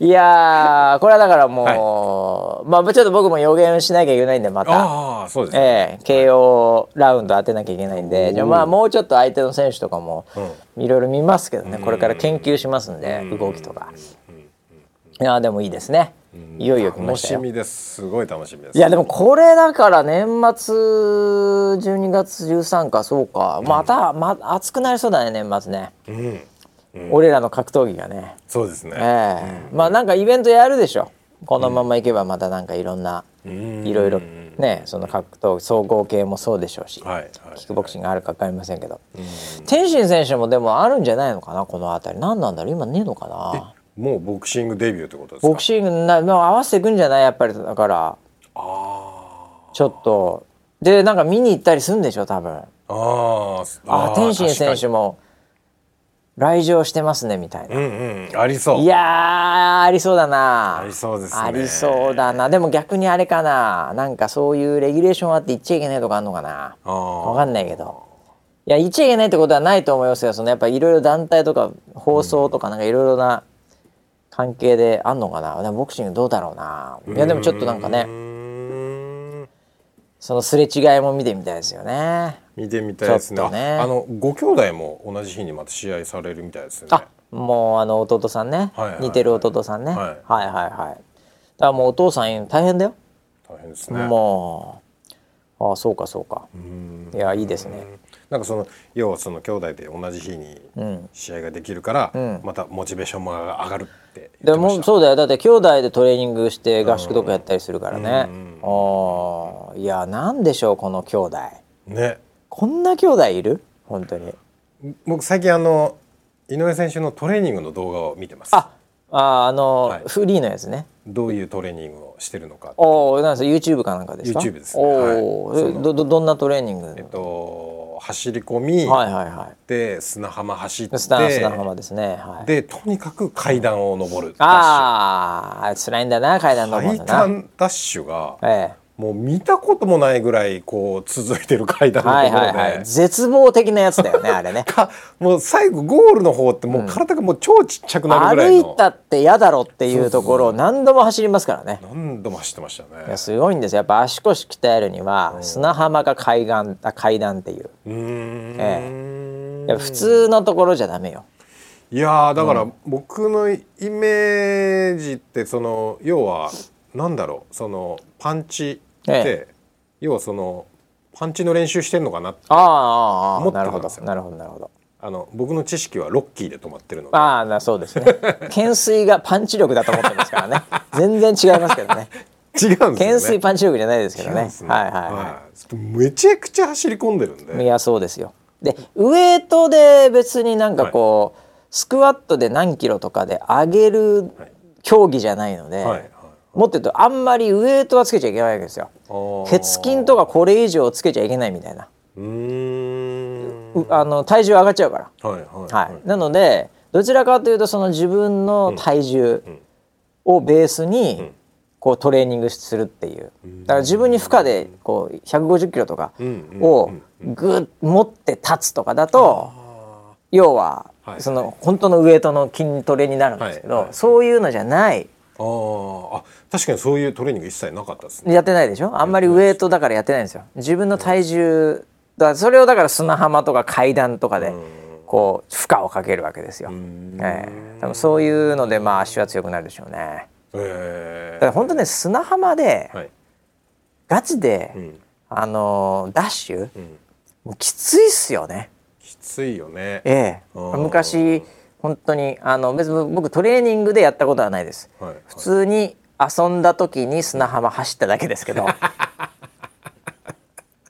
A: いやーこれはだからもう、まあちょっと僕も予言しなきゃいけないんでまた、
B: ああそうです
A: え
B: ね
A: え KO ラウンド当てなきゃいけないんでじゃあまあもうちょっと相手の選手とかもいろいろ見ますけどねこれから研究しますんで動きとかいやーでもいいですねいよいよ来ま
B: 楽
A: した
B: し
A: よ
B: みですすごい楽しみです
A: いやでもこれだから年末12月13かそうかまた、ま暑くなりそうだね年末ね、俺らの格闘技がね
B: そうですね、
A: ええまあなんかイベントやるでしょこのままいけばまたなんかいろんな、いろいろねその格闘総合系もそうでしょうし、
B: はいはい
A: キックボクシングあるか分かりませんけど、天心選手もでもあるんじゃないのかなこの辺り何なんだろう今ねえのかな
B: もうボクシングデビューってことですか
A: ボクシングな、まあ、合わせていくんじゃないやっぱりだから
B: あ
A: ちょっとでなんか見に行ったりするんでしょ多分
B: ーあー
A: あ
B: ー
A: 天心選手
B: 確
A: も来場してますねみたいな。
B: かにうんうんありそう
A: いやーありそうだな
B: ありそうですね
A: ありそうだなでも逆にあれかななんかそういうレギュレーションあって言っちゃいけないとかあんのかな
B: あー
A: わかんないけどいや言っちゃいけないってことはないと思いますよそのやっぱいろいろ団体とか放送とかなんかいろいろな関係であんのかなでもボクシングどうだろうないやでもちょっとなんか
B: う
A: ね
B: ーん
A: そのすれ違いも見てみたいですよね
B: 見てみたいです
A: ち
B: ね
A: ょっとね
B: ああのご兄弟も同じ日にまた試合されるみたいですね
A: あもうあの弟さんね、
B: はいはいはい
A: 似てる弟さんね、
B: はい
A: はいはいはいだからもうお父さん大変だよ
B: 大変ですね
A: もうああそうかそうかいやいいですね
B: なんかその要はその兄弟で同じ日に試合ができるから、またモチベーションも上がるって言
A: で
B: ってま
A: も
B: した
A: そうだよだって兄弟でトレーニングして合宿とかやったりするからねああいやなんでしょうこの兄弟
B: ね
A: こんな兄弟いる本当に
B: 僕最近あの井上選手のトレーニングの動画を見てます
A: あああの、
B: はい
A: フリーのやつね
B: どういうトレーニングをしてるのか
A: おおなんですか YouTube かなんかですか
B: YouTube です
A: お
B: ね
A: お、
B: はい
A: えどどどんなトレーニング、
B: えっと走り込み、
A: はいはいは
B: で砂浜走って
A: いスタンスの浜ですねはい
B: でとにかく階段を上るダ
A: ああ辛いんだな階段
B: ッシ
A: 登
B: ュ
A: る
B: 階
A: のな、
B: 段ダッシュが
A: ええ
B: もう見たこともないぐらいこう続いてる階段の
A: はい
B: ところ
A: は
B: で、
A: いはい絶望的なやつだ よねあれね
B: かもう最後ゴールの方ってもう体がもう超ちっちゃくなるぐら
A: 歩
B: い
A: い
B: の、
A: たって嫌だろっていうところを何度も走りますからね
B: 何度も走ってました
A: い
B: ね
A: やすごいんですよやっぱ足腰鍛えるには砂浜か海岸あ階段っていう
B: うーん、
A: やっぱ普通のところじゃダメよ
B: いやーだから僕のイメージってその要はなんだろうそのパンチって、
A: え
B: 要はそのパンチの練習してんのかな
A: あああああ
B: 持
A: あ
B: ってた
A: なるほ
B: ん
A: ど
B: ですよ
A: なるほどなるほど
B: あの僕の知識はロッキーで止まってるので
A: ああ なそうですね懸垂がパンチ力だと思ってますからね全然違いますけどね
B: 違うんですよね
A: 懸垂パンチ力じゃないですけど
B: 違う
A: ね
B: んですね
A: はいは
B: はいめちゃくちゃ走り込んでるん
A: いはいい
B: で
A: やそうですよでウエイトで別になんかこう、スクワットで何キロとかで上げる競技じゃないので、
B: はいはい
A: もっと言うとあんまりウエイトはつけちゃいけないわけですよ
B: あー
A: 血筋とかこれ以上つけちゃいけないみたいな、
B: うーん
A: うあの体重上がっちゃうから
B: はいはい
A: はい、なのでどちらかというとその自分の体重をベースにこうトレーニングするっていうだから自分に負荷でこう150キロとかをぐっ持って立つとかだと要は
B: はい
A: その本当のウエイトの筋トレになるんですけ
B: はい
A: ど
B: はい
A: そういうのじゃない
B: あーあ確かにそういうトレーニング一切なかったですね
A: やってないでしょあんまりウエイトだからやってないんですよ自分の体重だからそれをだから砂浜とか階段とかでこう負荷をかけるわけですよ、ええ多分そういうのでまあ足は強くなるでしょうね
B: え
A: だから本当ね砂浜で
B: ー、はい
A: ガチで、
B: ん
A: あのーダッシュ、
B: ん
A: もうきついっすよね
B: きついよね
A: ええ
B: あー
A: 昔本当にあの別に僕トレーニングでやったことはないです、
B: はいはい
A: 普通に遊んだ時に砂浜走っただけですけど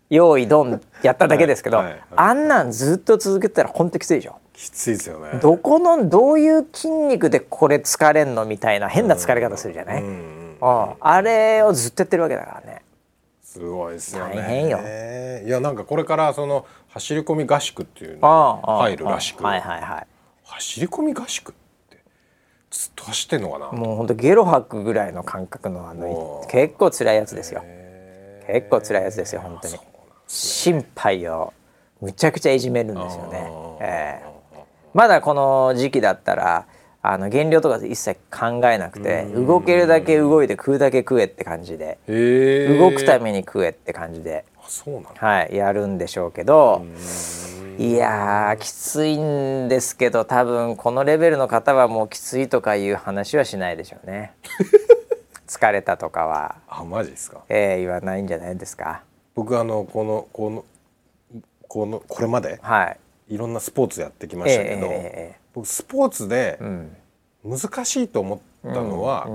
A: 用意ドンやっただけですけど、
B: はいはいはい
A: あんなんずっと続けてたら本当きついでしょ
B: きついですよね
A: どこのどういう筋肉でこれ疲れんのみたいな変な疲れ方するじゃない、うんあれをずっとやってるわけだからね
B: すごいですよね
A: 大変よ
B: いやなんかこれからその走り込み合宿っていうの
A: あ
B: に
A: あああ
B: 入るらしく
A: はいはいは
B: 走り込み合宿ってずっと走ってんのかない
A: もうほんとゲロ吐くぐらいの感覚のあ
B: お
A: の
B: ー
A: 結構辛いやつですよ結構辛いやつですよ本当に、心配をむちゃくちゃいじめるんですよね
B: あ、
A: ええまだこの時期だったらあの減量とか一切考えなくて動けるだけ動いて食うだけ食えって感じで
B: へえ
A: 動くために食えって感じで
B: あそうなんだ
A: はい、やるんでしょうけどいやーきついんですけど多分このレベルの方はもうきついとかいう話はしないでしょう ね疲れたとかは、
B: あマジですか
A: えー言わないんじゃないですか
B: 僕あのこのこのこのこれまで
A: はい
B: いろんなスポーツやってきま
A: え
B: した
A: え
B: けど、
A: ええ
B: 僕スポーツで難しいと思ったのは、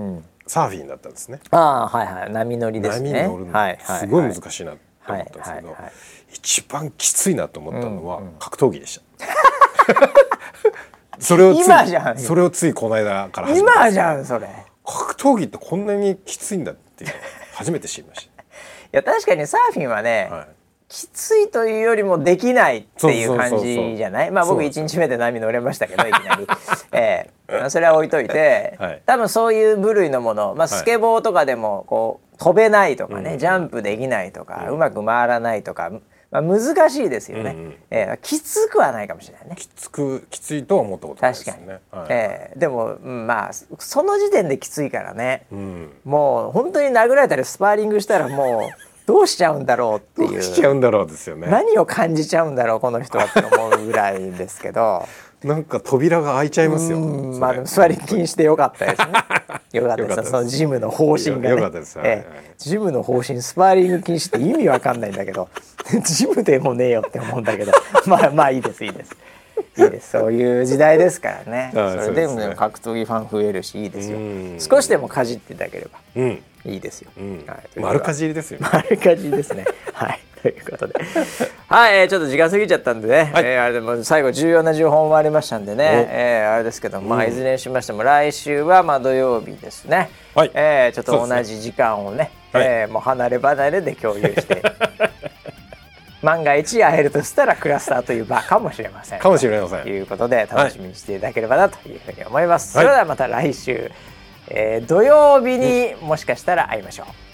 B: サーフィンだったんですね。
A: ああはいはい波乗りです
B: 波
A: ね
B: に乗るの、
A: はいはい、
B: すごい難
A: し
B: しいなと思ったんですけど、
A: はいはいはい
B: 一番きついなと思ったのは格闘技でした。 それをつい
A: 今じゃん
B: それをついこの間からめた
A: 今じゃんそれい
B: 格闘技ってこんなにきついんだっていうのを初めて知り ました。
A: や確かにサーフィンはね、
B: はい
A: きついというよりもできないっていう感じじゃないまあ
B: そう
A: 僕
B: そうそう
A: 1日目で波乗れましたけどいきなり、ええまあそれは置いといて、
B: はい
A: 多分そういう部類のもの、まあ、スケボーとかでもこう飛べないとかね、ジャンプできないとか、うまく回らないとか、まあ、難しいですよね、ええきつくはないかもしれないね
B: きつくきついとは思ったことないで
A: 確か
B: すよ
A: に、
B: ね。はい
A: ええでも、うんまあその時点できついからね、
B: うん、
A: もう本当に殴られたりスパーリングしたらもうどうしちゃうんだろうって
B: ど
A: いう
B: うしちゃうんだろうですよね。
A: 何を感じちゃうんだろうこの人はって思うぐらいですけど
B: なんか扉が開いちゃいますよ。
A: うんまあでも座り禁止でよかったです ねよかった
B: よか
A: で
B: っ
A: す
B: たです
A: そのジムの方針がね
B: よかったですはい
A: ええジムの方針スパーリング禁止って意味わかんないんだけど ジムでもねえよって思うんだけど まあまあいいですいいですいいですそういう時代ですから ね
B: はい
A: それで
B: そう
A: も
B: ですね
A: 格闘技ファン増えるしいいですよ
B: うん
A: 少しでもかじっていただければ
B: うん、
A: いいですよ、
B: うん
A: はいということで
B: 丸かじりですよね。
A: 丸かじりですね。はい。ということで。はい、えーちょっと時間過ぎちゃったんでね、
B: はい
A: えーあれでも最後重要な情報もありましたんでね、
B: お
A: えーあれですけども、まあ、いずれにしましても来週はまあ土曜日ですね、
B: はい
A: えーちょっと
B: そう
A: 同
B: で
A: じ時間をね
B: はい
A: えーもう離れ離れで共有して 万が一会えるとしたらクラスターという場かもしれません。
B: かもしれません
A: ということで楽しみにしていただければなというふうに思います。
B: はい
A: それではまた来週、えー土曜日にもしかしたら会いましょう。